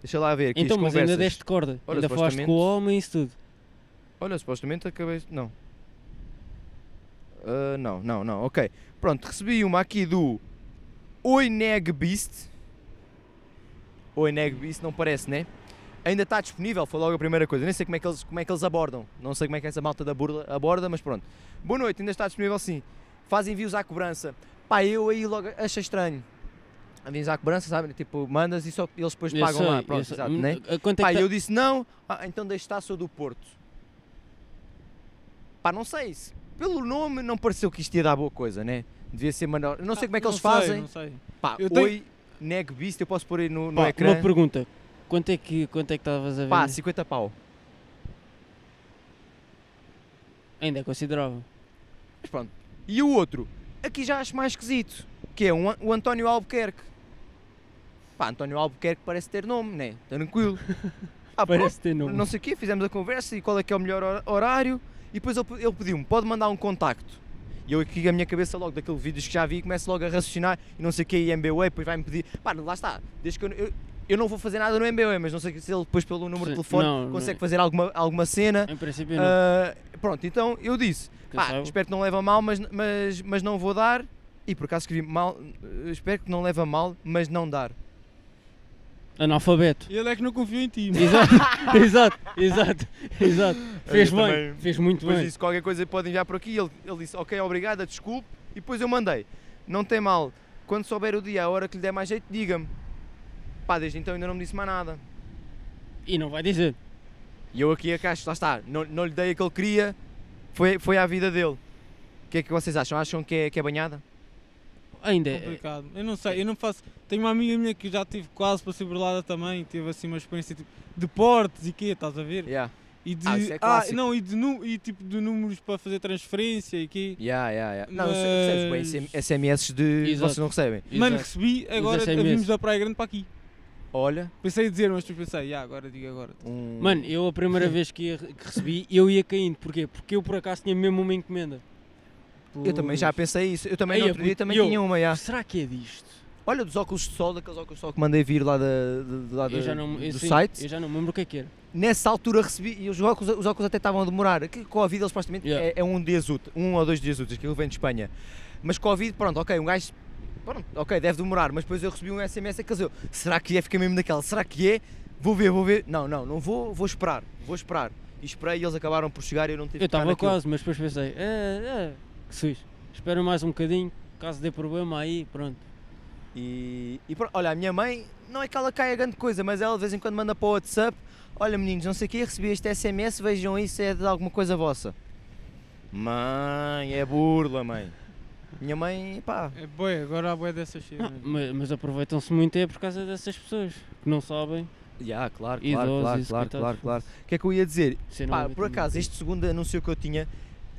[SPEAKER 1] Deixa lá ver aqui
[SPEAKER 2] Então,
[SPEAKER 1] as
[SPEAKER 2] mas
[SPEAKER 1] conversas.
[SPEAKER 2] ainda deste corda.
[SPEAKER 1] Olha,
[SPEAKER 2] ainda falaste com o
[SPEAKER 1] supostamente-
[SPEAKER 2] homem e isso tudo.
[SPEAKER 1] Olha, supostamente acabei... Não. Ah, não, não, não, ok. Pronto, recebi uma aqui do Oineg Beast. Oineg Beast, não parece, né? Ainda está disponível, foi logo a primeira coisa. Nem sei como é que eles, como é que eles abordam. Não sei como é que essa malta da burla aborda, mas pronto. Boa noite, ainda está disponível sim. Fazem envios à cobrança. Pá, eu aí logo achei estranho. Envios à cobrança, sabem? Tipo, mandas e só eles depois
[SPEAKER 2] Eu
[SPEAKER 1] pagam lá.
[SPEAKER 2] sei, eu
[SPEAKER 1] Pronto,
[SPEAKER 2] sei.
[SPEAKER 1] exato,
[SPEAKER 2] Hum,
[SPEAKER 1] né?
[SPEAKER 2] a- Quanto é
[SPEAKER 1] Pá,
[SPEAKER 2] que tá-
[SPEAKER 1] eu disse não, ah, então deixa estar, sou do Porto. Pá, não sei, se- pelo nome não pareceu que isto ia dar boa coisa, né? Devia ser menor. Não sei
[SPEAKER 3] Ah,
[SPEAKER 1] como é que eles
[SPEAKER 3] sei,
[SPEAKER 1] fazem.
[SPEAKER 3] não sei.
[SPEAKER 1] Pá,
[SPEAKER 3] Eu
[SPEAKER 1] oi, Neg Beast, eu posso pôr aí no, no
[SPEAKER 2] Pá,
[SPEAKER 1] ecrã.
[SPEAKER 2] Uma pergunta. Quanto é que quanto é que estavas a ver?
[SPEAKER 1] Pá, 50 pau.
[SPEAKER 2] Ainda é considerável.
[SPEAKER 1] Mas pronto. E o outro, aqui já acho mais esquisito, que é um, An- o António Albuquerque. Pá, António Albuquerque parece ter nome, né? Tranquilo. Ah, pronto,
[SPEAKER 2] Parece ter nome.
[SPEAKER 1] não sei o quê, fizemos a conversa e qual é que é o melhor hor- horário. E depois ele, pe- ele pediu-me, pode mandar um contacto. E eu aqui, a minha cabeça logo daquele vídeos que já vi, começo logo a raciocinar e não sei o que, e MBWay, depois vai-me pedir. Pá, lá está, desde que eu, eu, eu não vou fazer nada no MBWay, mas não sei se ele depois pelo número de
[SPEAKER 2] Sim,
[SPEAKER 1] telefone
[SPEAKER 2] não, não
[SPEAKER 1] consegue
[SPEAKER 2] é.
[SPEAKER 1] fazer alguma, alguma cena.
[SPEAKER 2] Em princípio não.
[SPEAKER 1] Ah, pronto, então eu disse,
[SPEAKER 2] Que
[SPEAKER 1] pá,
[SPEAKER 2] saiba.
[SPEAKER 1] espero que não leve a mal, mas, mas, mas não vou dar. E por acaso escrevi mal, eh, espero que não leve a mal, mas não dar.
[SPEAKER 2] Analfabeto.
[SPEAKER 3] Ele é que não confiou em ti. mano.
[SPEAKER 2] Exato, exato, exato, exato. Fez
[SPEAKER 1] eu
[SPEAKER 2] bem,
[SPEAKER 1] também-
[SPEAKER 2] fez muito
[SPEAKER 1] Depois
[SPEAKER 2] bem.
[SPEAKER 1] disse qualquer coisa podem enviar por aqui. Ele, ele disse, ok, obrigada, desculpe. E depois eu mandei, não tem mal, quando souber o dia, a hora que lhe der mais jeito, diga-me. Pá, desde então ainda não me disse mais nada.
[SPEAKER 2] E não vai dizer.
[SPEAKER 1] E eu aqui a caixa, lá está, não, não lhe dei o que ele queria, foi, foi à vida dele. O que é que vocês acham? Acham que é, que é banhada?
[SPEAKER 2] Ainda é.
[SPEAKER 3] complicado. Eu não sei, eu não faço. Tenho uma amiga minha que já tive quase para ser burlada também, teve assim uma experiência tipo, de portes e quê, estás a ver?
[SPEAKER 1] Yeah,
[SPEAKER 3] E de,
[SPEAKER 1] Ah, isso é clássico.
[SPEAKER 3] não, e, de, nu- e tipo de números para fazer transferência e quê.
[SPEAKER 1] yeah, yeah. yeah. Não, eu sei- recebes bem
[SPEAKER 3] Mas-
[SPEAKER 1] SMS de
[SPEAKER 2] Exato.
[SPEAKER 1] vocês não recebem.
[SPEAKER 3] Mano,
[SPEAKER 2] Exato.
[SPEAKER 3] recebi agora
[SPEAKER 1] é
[SPEAKER 2] SMS.
[SPEAKER 3] vimos da Praia Grande para aqui.
[SPEAKER 1] Olha,
[SPEAKER 3] Pensei em dizer, mas tu pensei, "Ya, agora digo agora.
[SPEAKER 1] um...
[SPEAKER 2] Mano, eu a primeira vez que, ia- que recebi, eu ia caindo. Porquê? Porque eu por acaso tinha mesmo uma encomenda.
[SPEAKER 1] eu também já pensei isso. Eu também
[SPEAKER 2] Ei,
[SPEAKER 1] no outro
[SPEAKER 2] eu-
[SPEAKER 1] dia também
[SPEAKER 2] eu-
[SPEAKER 1] tinha uma, já.
[SPEAKER 2] Será que é disto?
[SPEAKER 1] Olha, dos óculos de sol, daqueles óculos de sol que mandei vir lá, da, de- de- lá
[SPEAKER 2] Eu
[SPEAKER 1] da-
[SPEAKER 2] já não, eu,
[SPEAKER 1] do
[SPEAKER 2] sim,
[SPEAKER 1] site.
[SPEAKER 2] Eu já não me lembro o que é que era.
[SPEAKER 1] Nessa altura recebi, e os óculos, os óculos até estavam a demorar. Que Covid, eles supostamente,
[SPEAKER 2] Yeah.
[SPEAKER 1] é, é um dias útil, um ou dois dias úteis, que ele vem de Espanha. Mas Covid, pronto, ok, um gajo, pronto, ok, deve demorar. Mas depois eu recebi um SMS a casou. Será que é? Fica mesmo naquela. Será que é? Vou ver, vou ver. Não, não, não vou, vou esperar, vou esperar. E esperei e eles acabaram por chegar e eu não tive que
[SPEAKER 2] Eu
[SPEAKER 1] tocar
[SPEAKER 2] estava
[SPEAKER 1] naquilo.
[SPEAKER 2] quase, mas depois pensei, é, é, que sujo. Espero mais um bocadinho, caso dê problema aí, pronto.
[SPEAKER 1] E, e pro- olha, a minha mãe, não é que ela caia grande coisa, mas ela de vez em quando manda para o WhatsApp: Olha, meninos, não sei o quê, recebi este SMS, vejam isso, é de alguma coisa vossa. Mãe, é burla, mãe. Minha mãe, pá.
[SPEAKER 3] É boi, agora há boi dessas cheiras.
[SPEAKER 2] Ma- Mas, aproveitam-se muito é por causa dessas pessoas que não sabem.
[SPEAKER 1] Yeah, claro,
[SPEAKER 2] Idosos,
[SPEAKER 1] claro, claro,
[SPEAKER 2] isso,
[SPEAKER 1] claro,
[SPEAKER 2] coitados.
[SPEAKER 1] claro, claro. O que é que eu ia dizer?
[SPEAKER 2] Isso eu não
[SPEAKER 1] Pá,
[SPEAKER 2] ouvi
[SPEAKER 1] por
[SPEAKER 2] também.
[SPEAKER 1] acaso, este segundo anúncio que eu tinha,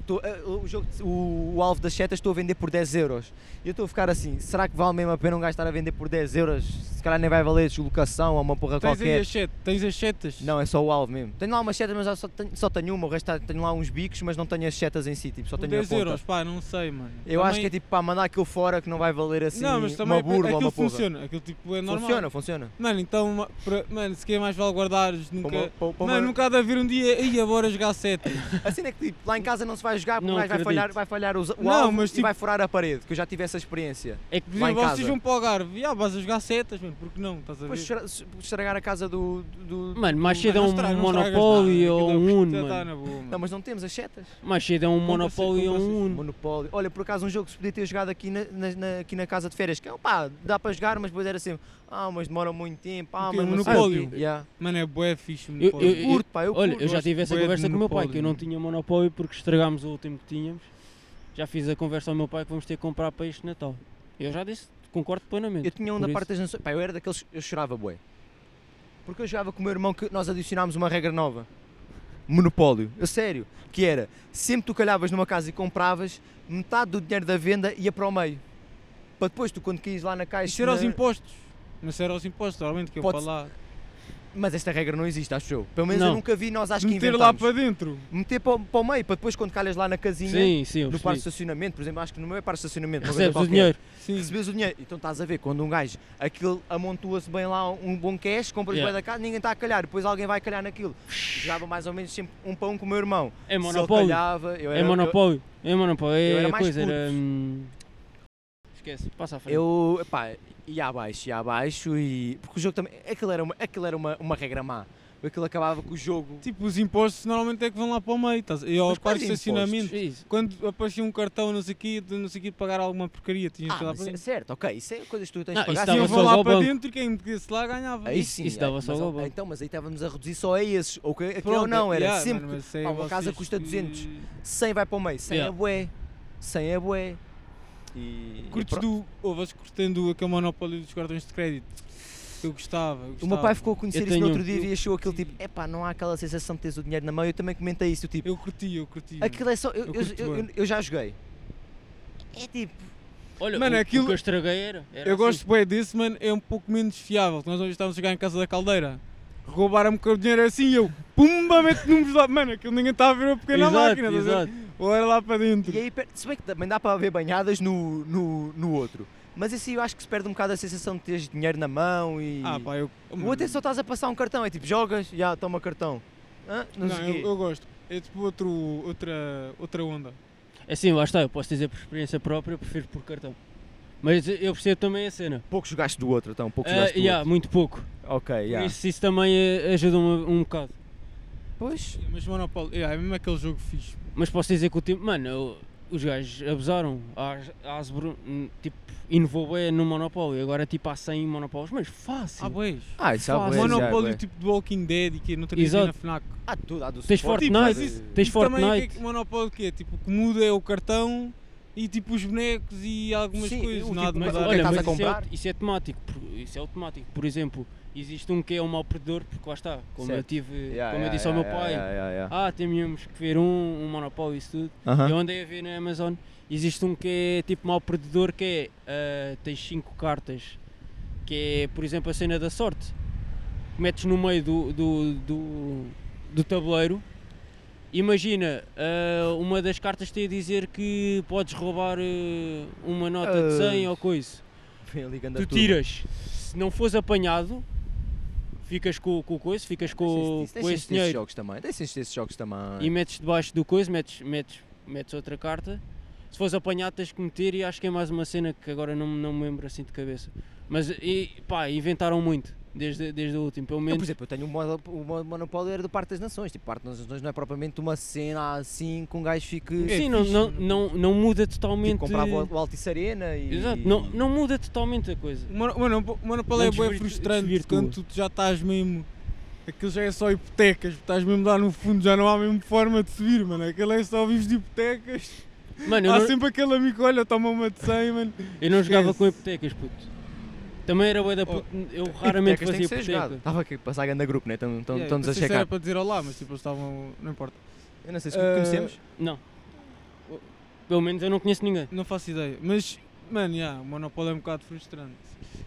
[SPEAKER 1] tô- eh, o, jogo, de- o, o alvo das setas estou a vender por 10 euros. E eu estou a ficar assim: será que vale mesmo a pena um gajo estar a vender por 10 euros? Se calhar nem vai valer deslocação ou uma porra
[SPEAKER 3] Tens aí
[SPEAKER 1] qualquer.
[SPEAKER 3] as sete, tens as setas.
[SPEAKER 1] Não, é só o alvo mesmo. Tenho lá umas setas, mas já só tenho, só tenho uma. O resto tá- tenho lá uns bicos, mas não tenho as setas em si. Tipo, só
[SPEAKER 3] Por
[SPEAKER 1] tenho
[SPEAKER 3] 10
[SPEAKER 1] a ponta.
[SPEAKER 3] euros, pá, não sei, mano.
[SPEAKER 1] Eu acho que é
[SPEAKER 3] Também-
[SPEAKER 1] tipo para mandar aquilo fora que não vai valer assim
[SPEAKER 3] não, mas também é
[SPEAKER 1] uma burla ou
[SPEAKER 3] aquilo
[SPEAKER 1] uma porra.
[SPEAKER 3] funciona, aquilo tipo é normal.
[SPEAKER 1] funciona, funciona.
[SPEAKER 3] Mano, então, ma- pra- mano, se quer mais vale guardares, nunca.
[SPEAKER 1] Para uma- para- para
[SPEAKER 3] mano,
[SPEAKER 1] uma-
[SPEAKER 3] nunca há de haver um dia, ia bora jogar
[SPEAKER 1] [laughs]
[SPEAKER 3] setas.
[SPEAKER 1] A cena é que tipo, lá em casa não se vai jogar porque
[SPEAKER 2] Não
[SPEAKER 1] o gajo vai
[SPEAKER 2] acredito.
[SPEAKER 1] falhar, vai falhar os, o
[SPEAKER 3] Não,
[SPEAKER 1] alvo
[SPEAKER 3] mas,
[SPEAKER 1] e
[SPEAKER 3] tipo-
[SPEAKER 1] vai furar a parede, que eu já tive essa experiência.
[SPEAKER 2] É que
[SPEAKER 3] Por
[SPEAKER 1] Lá em
[SPEAKER 3] exemplo, vocês
[SPEAKER 1] casa.
[SPEAKER 3] vão para o Algarve, ah, vais a jogar setas, mano, porque não? Estás a ver?
[SPEAKER 1] Depois estra- estragar a casa do. do- do-
[SPEAKER 2] Mano, mais
[SPEAKER 3] Mano,
[SPEAKER 2] cedo é
[SPEAKER 3] não
[SPEAKER 2] um
[SPEAKER 3] estraga- não estragas
[SPEAKER 2] Monopólio
[SPEAKER 3] nada,
[SPEAKER 2] ou
[SPEAKER 3] aquilo é o
[SPEAKER 2] um
[SPEAKER 3] que
[SPEAKER 2] Uno,
[SPEAKER 3] já
[SPEAKER 1] tá
[SPEAKER 3] está
[SPEAKER 2] mano.
[SPEAKER 3] na boa, mano.
[SPEAKER 1] Não, mas não temos as setas.
[SPEAKER 2] Mais cedo é um Monopólio ou
[SPEAKER 3] compra-se.
[SPEAKER 2] um Uno.
[SPEAKER 1] Monopólio. Olha, por acaso um jogo que se podia ter jogado aqui na, na- na- aqui na casa de férias, que é pá, dá para jogar, mas depois era sempre, ah, mas demora muito tempo, ah,
[SPEAKER 3] O quê?
[SPEAKER 1] mas
[SPEAKER 3] Um
[SPEAKER 1] não sei
[SPEAKER 3] monopólio?
[SPEAKER 1] o quê." Yeah.
[SPEAKER 3] Mano, é bué fixe,
[SPEAKER 2] eu-
[SPEAKER 3] Monopólio.
[SPEAKER 2] eu-
[SPEAKER 1] Curto, pá, eu
[SPEAKER 2] Olha,
[SPEAKER 1] curto.
[SPEAKER 2] eu já
[SPEAKER 3] gosto
[SPEAKER 2] tive essa
[SPEAKER 3] bué de
[SPEAKER 2] conversa com o meu pai,
[SPEAKER 3] Monopólio,
[SPEAKER 2] que eu não
[SPEAKER 3] mano.
[SPEAKER 2] tinha Monopólio porque estragámos o último que tínhamos. Já fiz a conversa ao meu pai que vamos ter que comprar para este Natal. Eu já disse, concordo plenamente.
[SPEAKER 1] Eu tinha um
[SPEAKER 2] Por
[SPEAKER 1] da
[SPEAKER 2] isso.
[SPEAKER 1] parte das nações. Pá, eu era daqueles. Eu chorava, bué. Porque eu jogava com o meu irmão que nós adicionámos uma regra nova. Monopólio. A sério. Que era, sempre tu calhavas numa casa e compravas, metade do dinheiro da venda ia para o meio. Para depois tu, quando caís lá na caixa.
[SPEAKER 3] Isso era aos
[SPEAKER 1] na-
[SPEAKER 3] impostos. Mas era aos impostos, realmente, que eu
[SPEAKER 1] Pode-se-
[SPEAKER 3] para lá.
[SPEAKER 1] Mas esta regra não existe, acho eu. Pelo menos
[SPEAKER 2] Não.
[SPEAKER 1] eu nunca vi, nós acho que
[SPEAKER 3] Meter lá
[SPEAKER 1] inventámos.
[SPEAKER 3] para dentro.
[SPEAKER 1] Meter para, o- para o meio, para depois quando calhas lá na casinha,
[SPEAKER 2] Sim, sim,
[SPEAKER 1] no
[SPEAKER 2] eu
[SPEAKER 1] parque de
[SPEAKER 2] percebi.
[SPEAKER 1] estacionamento, por exemplo, acho que no meu é parque de estacionamento. uma coisa
[SPEAKER 2] Recebes o
[SPEAKER 1] qualquer.
[SPEAKER 2] dinheiro.
[SPEAKER 3] Sim.
[SPEAKER 1] recebes o dinheiro. Então estás a ver, quando um gajo, aquilo amontoa-se bem lá um bom cash, compras
[SPEAKER 2] Yeah.
[SPEAKER 1] bem da casa, ninguém está a calhar, depois alguém vai calhar naquilo. Jogava mais ou menos sempre um para um com o meu irmão.
[SPEAKER 2] É
[SPEAKER 1] Se ele
[SPEAKER 2] Monopólio.
[SPEAKER 1] calhava, eu era,
[SPEAKER 2] É Monopólio. É Monopólio.
[SPEAKER 1] eu
[SPEAKER 2] É
[SPEAKER 1] era
[SPEAKER 2] a
[SPEAKER 1] mais
[SPEAKER 2] coisa, era.
[SPEAKER 1] puto.
[SPEAKER 2] hum, Esquece, passa à frente.
[SPEAKER 1] Eu, eu epá, ia abaixo, ia abaixo e... Porque o jogo também, aquilo era uma, aquilo era uma, uma regra má. Aquilo acabava com o jogo...
[SPEAKER 3] Tipo, os impostos normalmente é que vão lá para o meio. Estás... E ao
[SPEAKER 1] Mas
[SPEAKER 3] parque de
[SPEAKER 1] quais
[SPEAKER 3] estacionamento.
[SPEAKER 2] Isso.
[SPEAKER 3] Quando aparecia um cartão, não sei o quê, de- não sei o quê, de pagar alguma porcaria, tinhas
[SPEAKER 1] Ah,
[SPEAKER 3] que ir lá
[SPEAKER 1] mas
[SPEAKER 3] para
[SPEAKER 1] é
[SPEAKER 3] dentro.
[SPEAKER 1] certo, ok, isso é coisas que tu tens
[SPEAKER 2] Não,
[SPEAKER 1] de pagar.
[SPEAKER 2] isso
[SPEAKER 1] sim,
[SPEAKER 2] dava
[SPEAKER 3] Iam
[SPEAKER 1] eu
[SPEAKER 2] só
[SPEAKER 1] vou
[SPEAKER 3] vão lá
[SPEAKER 2] ao
[SPEAKER 3] para
[SPEAKER 2] banco.
[SPEAKER 3] dentro e quem metesse lá ganhava.
[SPEAKER 1] Aí sim,
[SPEAKER 2] isso
[SPEAKER 1] yeah,
[SPEAKER 2] dava só
[SPEAKER 1] mas,
[SPEAKER 2] ao
[SPEAKER 1] ó,
[SPEAKER 2] banco.
[SPEAKER 1] Então, mas aí estávamos a reduzir só a esses. Ou é que, aquele
[SPEAKER 3] Pronto,
[SPEAKER 1] não, era
[SPEAKER 3] yeah,
[SPEAKER 1] sempre.
[SPEAKER 3] mano, mas sei
[SPEAKER 1] pá, uma casa
[SPEAKER 3] vocês
[SPEAKER 1] custa
[SPEAKER 3] que-
[SPEAKER 1] é 200. 100 vai para o meio, 100
[SPEAKER 2] Yeah.
[SPEAKER 1] é bué, 100 é bué. E E, e
[SPEAKER 3] Curtes
[SPEAKER 1] pronto.
[SPEAKER 3] do. Ou vais curtendo aquele monopólio dos cartões de crédito. Eu gostava. Eu um- gostava.
[SPEAKER 1] O meu pai ficou a conhecer
[SPEAKER 2] Eu
[SPEAKER 1] isso no
[SPEAKER 2] tenho-
[SPEAKER 1] outro dia e
[SPEAKER 3] eu-
[SPEAKER 1] achou aquilo tipo, epá, não há aquela sensação de teres o dinheiro na mão. Eu também comentei isso, eu, tipo,
[SPEAKER 3] Eu curti, eu curti. mano.
[SPEAKER 1] aquilo é só. Eu,
[SPEAKER 3] eu
[SPEAKER 1] eu-
[SPEAKER 3] curto
[SPEAKER 1] eu-
[SPEAKER 3] bué.
[SPEAKER 1] eu já joguei. É tipo,
[SPEAKER 2] Olha,
[SPEAKER 3] Mano,
[SPEAKER 2] o, o
[SPEAKER 3] aquilo-
[SPEAKER 2] que eu estraguei era.
[SPEAKER 1] é
[SPEAKER 2] era
[SPEAKER 3] Eu
[SPEAKER 2] assim.
[SPEAKER 3] gosto bem desse, mano, é um pouco menos fiável. Nós uma vez estávamos a chegar em casa da caldeira, roubaram-me com o dinheiro assim eu, pumba, mete números lá. Mano, aquilo ninguém estava a ver a pequena
[SPEAKER 2] Exato,
[SPEAKER 3] máquina, estás a ver?
[SPEAKER 2] exato.
[SPEAKER 3] Ou era lá para dentro.
[SPEAKER 1] E aí, per- se bem que também dá para ver banhadas no, no, no outro. Mas esse eu acho que se perde um bocado a sensação de teres dinheiro na mão e.
[SPEAKER 3] Ah, pá, eu.
[SPEAKER 1] o outro é só estás a passar um cartão, é tipo, jogas, já toma cartão. Hã? Não,
[SPEAKER 3] Não,
[SPEAKER 1] sei o
[SPEAKER 3] eu,
[SPEAKER 1] quê.
[SPEAKER 3] eu gosto. É tipo outro, outra, outra onda.
[SPEAKER 2] Assim, lá está, eu posso dizer por experiência própria, eu prefiro por cartão. Mas eu percebo também a cena.
[SPEAKER 1] Pouco jogaste do outro, então, pouco
[SPEAKER 2] Ah,
[SPEAKER 1] jogaste do
[SPEAKER 2] yeah, muito pouco.
[SPEAKER 1] outro. Ok, yeah.
[SPEAKER 2] Isso, isso também eh, ajuda-me um bocado.
[SPEAKER 1] Pois.
[SPEAKER 3] Mas Monopólio, yeah, é mesmo aquele jogo fixe.
[SPEAKER 2] Mas posso dizer que o time. Mano, eu- os gajos abusaram. A As- a Hasbro, hum, tipo, inovou bem no Monopólio. Agora, tipo, há 100 Monopólios. Mas fácil.
[SPEAKER 3] Ah, bois.
[SPEAKER 1] Ah, isso
[SPEAKER 2] Fácil.
[SPEAKER 1] é bué,
[SPEAKER 3] Monopólio
[SPEAKER 1] já é bué.
[SPEAKER 3] tipo do Walking Dead e que não teria
[SPEAKER 2] Exato.
[SPEAKER 3] na Fnac.
[SPEAKER 1] Há tudo, há do
[SPEAKER 2] Tens
[SPEAKER 1] Sport,
[SPEAKER 2] Fortnite,
[SPEAKER 1] há
[SPEAKER 3] mas
[SPEAKER 1] de-
[SPEAKER 3] Tipo, isso-
[SPEAKER 2] Tens
[SPEAKER 3] E também o que é
[SPEAKER 2] Fortnite.
[SPEAKER 3] que Monopólio o que é? Tipo, o que muda é o cartão e tipo os bonecos e algumas
[SPEAKER 1] Sim,
[SPEAKER 3] coisas.
[SPEAKER 1] o
[SPEAKER 3] nada
[SPEAKER 1] tipo-
[SPEAKER 2] Mas
[SPEAKER 1] Mas o que é
[SPEAKER 3] mudar.
[SPEAKER 1] que
[SPEAKER 2] olha,
[SPEAKER 1] estás
[SPEAKER 2] mas
[SPEAKER 1] a
[SPEAKER 2] isso, é,
[SPEAKER 1] comprar?
[SPEAKER 2] isso é temático, por- isso é automático. Por exemplo, existe um que é um mau perdedor, porque lá está, como eu
[SPEAKER 1] Certo.
[SPEAKER 2] tive,
[SPEAKER 1] Yeah,
[SPEAKER 2] como eu
[SPEAKER 1] yeah,
[SPEAKER 2] disse ao meu
[SPEAKER 1] yeah,
[SPEAKER 2] pai,
[SPEAKER 1] yeah, yeah, yeah.
[SPEAKER 2] ah, temos que ver um, um monopólio e isso tudo.
[SPEAKER 1] Aham.
[SPEAKER 2] Eu andei a ver na Amazon, existe um que é tipo mau perdedor, que é, ah, tens 5 cartas, que é, por exemplo, a cena da sorte. Metes no meio do, do, do, do tabuleiro, imagina, ah, uma das cartas tem a dizer que podes roubar ah, uma nota de 100
[SPEAKER 1] Ah.
[SPEAKER 2] ou coisa.
[SPEAKER 1] Vem ali, ganda
[SPEAKER 2] Tu
[SPEAKER 1] tudo.
[SPEAKER 2] tiras, se não fores apanhado, ficas com, com o coiso, ficas com,
[SPEAKER 1] Deixem-se disso,
[SPEAKER 2] com
[SPEAKER 1] deixem-se
[SPEAKER 2] esse
[SPEAKER 1] desses
[SPEAKER 2] dinheiro
[SPEAKER 1] jogos também. Deixem-se desses jogos também.
[SPEAKER 2] e metes debaixo do coiso, metes, metes, metes outra carta. Se fores apanhado, tens que meter e acho que é mais uma cena que agora não, me- não me lembro assim de cabeça. Mas e, pá, inventaram muito desde, desde o último, pelo
[SPEAKER 1] Eu,
[SPEAKER 2] menos.
[SPEAKER 1] por exemplo, eu tenho um modo- o mo- monopólio era do Parque das Nações. Tipo, Parque das Nações não é propriamente uma cena assim que um gajo fique.
[SPEAKER 3] é
[SPEAKER 2] sim, não,
[SPEAKER 3] fixe,
[SPEAKER 2] não,
[SPEAKER 3] mano.
[SPEAKER 2] não, não muda totalmente.
[SPEAKER 1] Tipo, comprava o o Altice Arena e.
[SPEAKER 2] Exato, não, não muda totalmente a coisa.
[SPEAKER 3] Mano, mano, mano Paulo é
[SPEAKER 2] Antes
[SPEAKER 3] bem
[SPEAKER 2] vir-
[SPEAKER 3] frustrante
[SPEAKER 2] vir tu.
[SPEAKER 3] quando tu já estás mesmo. Aquilo já é só hipotecas, estás mesmo lá no fundo, já não há mesmo forma de subir, mano. Aquilo é só vives de hipotecas.
[SPEAKER 2] Mano, eu
[SPEAKER 3] há
[SPEAKER 1] Ah,
[SPEAKER 2] não,
[SPEAKER 3] sempre aquele amigo, que, olha, toma uma de 100, mano.
[SPEAKER 2] eu não jogava
[SPEAKER 3] esquece.
[SPEAKER 2] com hipotecas, puto. Também era bué da puto,
[SPEAKER 1] Oh,
[SPEAKER 2] eu raramente fazia hipoteca.
[SPEAKER 1] Estava aqui a passar a ganda grupo, né? Estão- estão-
[SPEAKER 3] Yeah, eu
[SPEAKER 1] Estão-nos a
[SPEAKER 3] pensei é, se era
[SPEAKER 1] checar.
[SPEAKER 3] para dizer olá, mas tipo, eles estavam. Não importa.
[SPEAKER 1] Eu não sei se
[SPEAKER 3] Eh,
[SPEAKER 1] conhecemos.
[SPEAKER 2] Não. Pelo menos eu não conheço ninguém.
[SPEAKER 3] Não faço ideia. Mas, mano, yeah, o Monopólio é um bocado frustrante.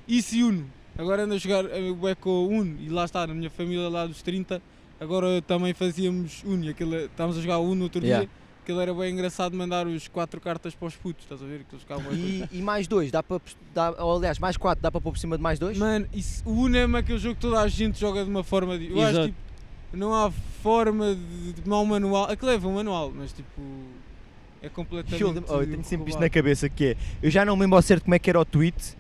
[SPEAKER 3] Isso e Uno. Agora ando a jogar eh, o Eco Uno e lá está, na minha família lá dos 30, agora também fazíamos Uno. e Aquele, estávamos a jogar Uno outro
[SPEAKER 1] Yeah.
[SPEAKER 3] dia, aquilo era bem engraçado mandar os quatro cartas para os putos, estás a ver? Que eles ficavam
[SPEAKER 1] [laughs]
[SPEAKER 3] bué
[SPEAKER 1] E, e mais dois, dá para. pos- dá- Ou aliás, mais quatro, dá para pôr por cima de mais dois?
[SPEAKER 3] contentes. Mano, isso, o Uno é mesmo aquele jogo que toda a gente joga de uma forma. De, eu acho
[SPEAKER 2] Exato.
[SPEAKER 3] tipo, não há forma de. de não há um manual. Aquilo leva um manual, mas tipo. É completamente.
[SPEAKER 1] Eu, lembro- oh, eu tenho sempre isto na
[SPEAKER 3] roubado.
[SPEAKER 1] cabeça que é. Eu já não me lembro ao certo como é que era o tweet,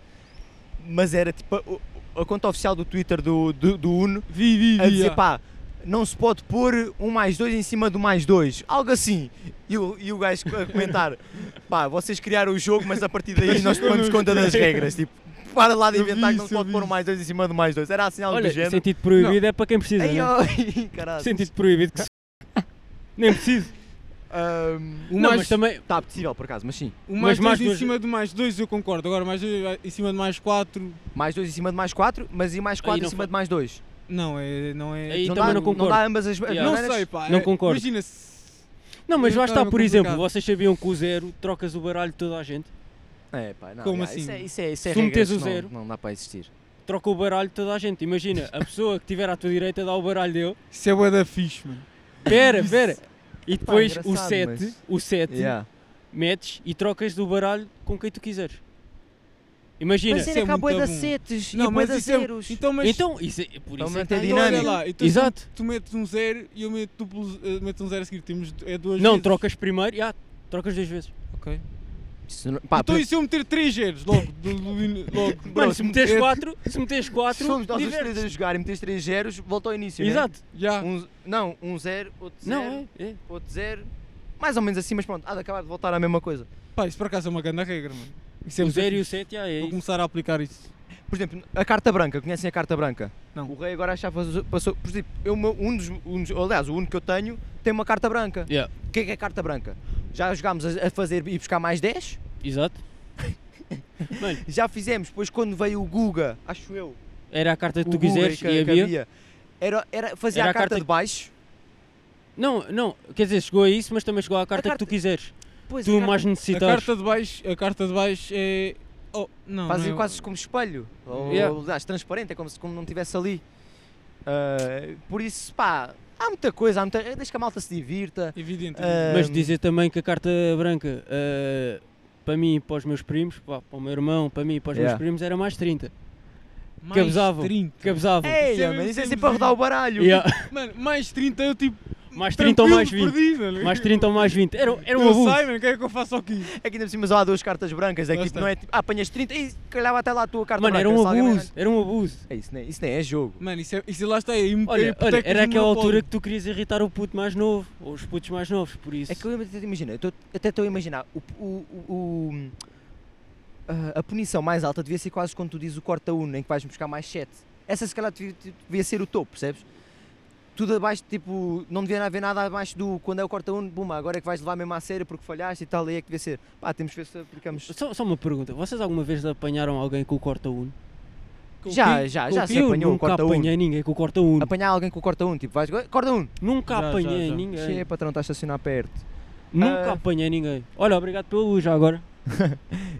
[SPEAKER 1] mas era tipo. a- A, a conta oficial do Twitter do, do, do Uno
[SPEAKER 3] Vi, vi, vi.
[SPEAKER 1] a dizer
[SPEAKER 3] yeah.
[SPEAKER 1] pá, não se pode pôr um mais dois em cima do mais dois, algo assim. E o, e o gajo a
[SPEAKER 2] [laughs]
[SPEAKER 1] comentar, pá, vocês criaram o jogo, mas a partir daí nós tomamos conta das regras, tipo, para lá de
[SPEAKER 3] Eu vi
[SPEAKER 1] inventar que não
[SPEAKER 3] isso,
[SPEAKER 1] se
[SPEAKER 3] eu
[SPEAKER 1] pode
[SPEAKER 3] vi
[SPEAKER 1] pôr um
[SPEAKER 3] isso.
[SPEAKER 1] mais dois em cima do mais dois, era assim algo
[SPEAKER 2] Olha,
[SPEAKER 1] do género.
[SPEAKER 2] sentido proibido é para quem precisa,
[SPEAKER 1] Ei,
[SPEAKER 2] né?
[SPEAKER 1] oi, [laughs] caralho.
[SPEAKER 2] Sentido proibido que se... Nem preciso.
[SPEAKER 1] Ahm,
[SPEAKER 3] O
[SPEAKER 2] não,
[SPEAKER 3] mais-
[SPEAKER 2] mas também...
[SPEAKER 1] tá possível por acaso, mas sim.
[SPEAKER 3] O
[SPEAKER 2] Mas
[SPEAKER 3] mais 2
[SPEAKER 2] mais
[SPEAKER 3] em
[SPEAKER 2] dois-
[SPEAKER 3] cima de mais 2 eu concordo, agora mais 2 em cima de mais 4
[SPEAKER 1] Mais dois em cima de mais quatro, mas e mais
[SPEAKER 2] Aí
[SPEAKER 1] quatro em
[SPEAKER 2] não
[SPEAKER 1] cima
[SPEAKER 2] fa-
[SPEAKER 1] de mais dois.
[SPEAKER 3] não é. Não, é,
[SPEAKER 2] Aí- E
[SPEAKER 1] não,
[SPEAKER 2] também
[SPEAKER 1] dá,
[SPEAKER 2] não concordo.
[SPEAKER 1] dá ambas as as
[SPEAKER 2] Yeah.
[SPEAKER 3] não
[SPEAKER 1] maneiras?
[SPEAKER 3] sei, pá.
[SPEAKER 2] Não
[SPEAKER 3] é-
[SPEAKER 2] concordo.
[SPEAKER 3] Imagina se.
[SPEAKER 2] Não, mas lá
[SPEAKER 3] Não,
[SPEAKER 2] está,
[SPEAKER 3] é
[SPEAKER 2] por exemplo,
[SPEAKER 3] complicado.
[SPEAKER 2] vocês sabiam que o zero trocas o baralho de toda a gente?
[SPEAKER 1] É, pá, não,
[SPEAKER 3] Como
[SPEAKER 1] yeah, Isso
[SPEAKER 3] assim?
[SPEAKER 1] é, isso é, isso é
[SPEAKER 2] Se um
[SPEAKER 1] regras
[SPEAKER 2] metes o
[SPEAKER 1] que não-
[SPEAKER 2] zero-
[SPEAKER 1] Não, dá para existir.
[SPEAKER 2] Troca o baralho de toda a gente. Imagina, a pessoa que estiver à tua direita dá o baralho dele.
[SPEAKER 3] Isso é bué da fixe, mano.
[SPEAKER 2] Pera, pera. E
[SPEAKER 1] Pá,
[SPEAKER 2] depois o
[SPEAKER 1] engraçado,
[SPEAKER 2] 7,
[SPEAKER 1] mas-
[SPEAKER 2] o 7,
[SPEAKER 1] Yeah.
[SPEAKER 2] metes e trocas do baralho com quem tu quiseres. Imagina.
[SPEAKER 1] Mas
[SPEAKER 3] isso é
[SPEAKER 1] ainda acabou é
[SPEAKER 3] muito
[SPEAKER 1] da
[SPEAKER 3] bom.
[SPEAKER 1] setes e
[SPEAKER 3] Não,
[SPEAKER 1] depois
[SPEAKER 3] mas
[SPEAKER 1] a
[SPEAKER 3] isso é-
[SPEAKER 1] zeros.
[SPEAKER 3] Então, mas.
[SPEAKER 2] Então, isso é, por isso é
[SPEAKER 1] Aumenta
[SPEAKER 2] que
[SPEAKER 1] a
[SPEAKER 2] é
[SPEAKER 3] então olha
[SPEAKER 1] dinâmica.
[SPEAKER 3] lá, então tu-
[SPEAKER 2] Exato.
[SPEAKER 3] Tu, metes um 0 e eu meto, duplo, eh, meto um 0 a seguir. Temos, é duas
[SPEAKER 2] Não,
[SPEAKER 3] vezes.
[SPEAKER 2] trocas primeiro, já, trocas duas vezes.
[SPEAKER 3] Ok.
[SPEAKER 1] Isso é não- pá,
[SPEAKER 3] então
[SPEAKER 1] por-
[SPEAKER 3] e se eu meter 3 zeros logo? do- do in- logo.
[SPEAKER 2] [laughs] Mano, se meteres
[SPEAKER 3] É-
[SPEAKER 2] 4, se meteres 4,
[SPEAKER 1] Se fomos nós os três a jogar e meteres 3 zeros, volta ao início. né?
[SPEAKER 2] Exato.
[SPEAKER 3] Já.
[SPEAKER 1] Um- não, um zero, outro zero,
[SPEAKER 2] Não, é, é.
[SPEAKER 1] outro zero. Mais ou menos assim, mas pronto, há de acabar de voltar à mesma coisa.
[SPEAKER 3] Pá, isso por acaso é uma grande regra, mano. Isso é
[SPEAKER 2] O
[SPEAKER 3] muito
[SPEAKER 2] 0 e o
[SPEAKER 3] fixe.
[SPEAKER 2] 7, já, é
[SPEAKER 3] Vou
[SPEAKER 2] isso.
[SPEAKER 3] começar a aplicar isso.
[SPEAKER 1] Por exemplo, a carta branca, conhecem a carta branca?
[SPEAKER 3] Não.
[SPEAKER 1] O rei agora já passou. passou- por exemplo, eu, meu- um dos, um dos- aliás, o único que eu tenho tem uma carta branca.
[SPEAKER 2] Yeah,
[SPEAKER 1] O que é que é carta branca? Já jogámos a, a fazer e buscar mais 10
[SPEAKER 2] Exato. Mano,
[SPEAKER 1] Já fizemos, depois quando veio o Guga, acho eu,
[SPEAKER 2] era a carta que
[SPEAKER 1] o
[SPEAKER 2] tu
[SPEAKER 1] Guga
[SPEAKER 2] quiseres
[SPEAKER 1] que, é
[SPEAKER 2] e
[SPEAKER 1] que
[SPEAKER 2] havia.
[SPEAKER 1] havia, Era, era fazer
[SPEAKER 2] Era
[SPEAKER 1] a carta, de baixo.
[SPEAKER 2] Não, não, quer dizer, chegou a isso, mas também chegou à carta,
[SPEAKER 1] carta-
[SPEAKER 2] que tu quiseres.
[SPEAKER 1] Pois,
[SPEAKER 2] tu
[SPEAKER 1] a
[SPEAKER 2] mais
[SPEAKER 1] carta-
[SPEAKER 3] A
[SPEAKER 2] necessitas.
[SPEAKER 3] carta de baixo, a carta de baixo é. Oh, não,
[SPEAKER 1] Fazem
[SPEAKER 3] não é-
[SPEAKER 1] quase como espelho. Ou,
[SPEAKER 2] Yeah.
[SPEAKER 1] aliás, transparente, é como se como não estivesse ali. Ah, por isso, pá, há muita coisa, há muita, deixa que a malta se divirta.
[SPEAKER 3] Evidente.
[SPEAKER 1] Ah,
[SPEAKER 2] Mas dizer também que a carta branca, eh, para mim e para os meus primos, pá, para o meu irmão, para mim e para os
[SPEAKER 1] Yeah.
[SPEAKER 2] meus primos, era mais 30.
[SPEAKER 3] mais
[SPEAKER 2] cabezavam.
[SPEAKER 3] 30.
[SPEAKER 2] Que abusavam.
[SPEAKER 1] Ei,
[SPEAKER 3] Isso é
[SPEAKER 1] mano,
[SPEAKER 3] mesmo
[SPEAKER 1] isso é
[SPEAKER 3] sempre
[SPEAKER 1] sempre a rodar o baralho.
[SPEAKER 2] [laughs] Yeah.
[SPEAKER 3] Mano, mais 30 eu tipo.
[SPEAKER 2] Mais 30 ou
[SPEAKER 3] tranquilo,
[SPEAKER 2] mais 20.
[SPEAKER 3] perdi, mano.
[SPEAKER 2] Mais 30 ou mais 20. Era, era um
[SPEAKER 3] [laughs] eu
[SPEAKER 2] abuso.
[SPEAKER 3] sei, mano, o que é que eu faço aqui?
[SPEAKER 1] Aqui ainda por cima só há duas cartas brancas. É que
[SPEAKER 3] Lá
[SPEAKER 1] tipo,
[SPEAKER 3] está.
[SPEAKER 1] não é tipo, ah, apanhas 30 e calhava até lá a tua carta
[SPEAKER 2] Mano,
[SPEAKER 1] branca.
[SPEAKER 2] era um
[SPEAKER 1] se alguém-
[SPEAKER 2] abuso. Era um abuso.
[SPEAKER 1] É, isso, nem, isso nem é jogo.
[SPEAKER 3] Mano, isso, é, isso lá está aí.
[SPEAKER 1] Tipo,
[SPEAKER 2] Olha, olha, era aquela altura que tu querias irritar o puto mais novo, ou os putos mais novos, por isso.
[SPEAKER 1] É que eu lembro- imagina, eu tô- até estou a imaginar, o, o- o- o- a- a punição mais alta devia ser quase quando tu dizes o corta uno, em que vais buscar mais 7. Essa se calhar devia, devia ser o topo, percebes? Tudo abaixo, tipo, não devia haver nada abaixo do quando é o corta uno, buma, agora é que vais levar mesmo a sério porque falhaste e tal, aí é que devia ser. Pá, temos que ver se aplicamos.
[SPEAKER 2] Só, só uma pergunta, vocês alguma vez apanharam alguém com o corta uno?
[SPEAKER 1] Já, já, já se
[SPEAKER 2] eu
[SPEAKER 1] apanhou o
[SPEAKER 2] nunca
[SPEAKER 1] corta uno.
[SPEAKER 2] apanhei ninguém com o corta uno.
[SPEAKER 1] Apanhar alguém com o corta uno, tipo, vais, corta uno.
[SPEAKER 2] Nunca
[SPEAKER 3] Já, já,
[SPEAKER 2] apanhei
[SPEAKER 3] já.
[SPEAKER 2] ninguém.
[SPEAKER 1] Cheia, patrão, está a estacionar perto.
[SPEAKER 2] Nunca
[SPEAKER 1] é, Ah.
[SPEAKER 2] apanhei ninguém. Olha, obrigado pela luz já agora.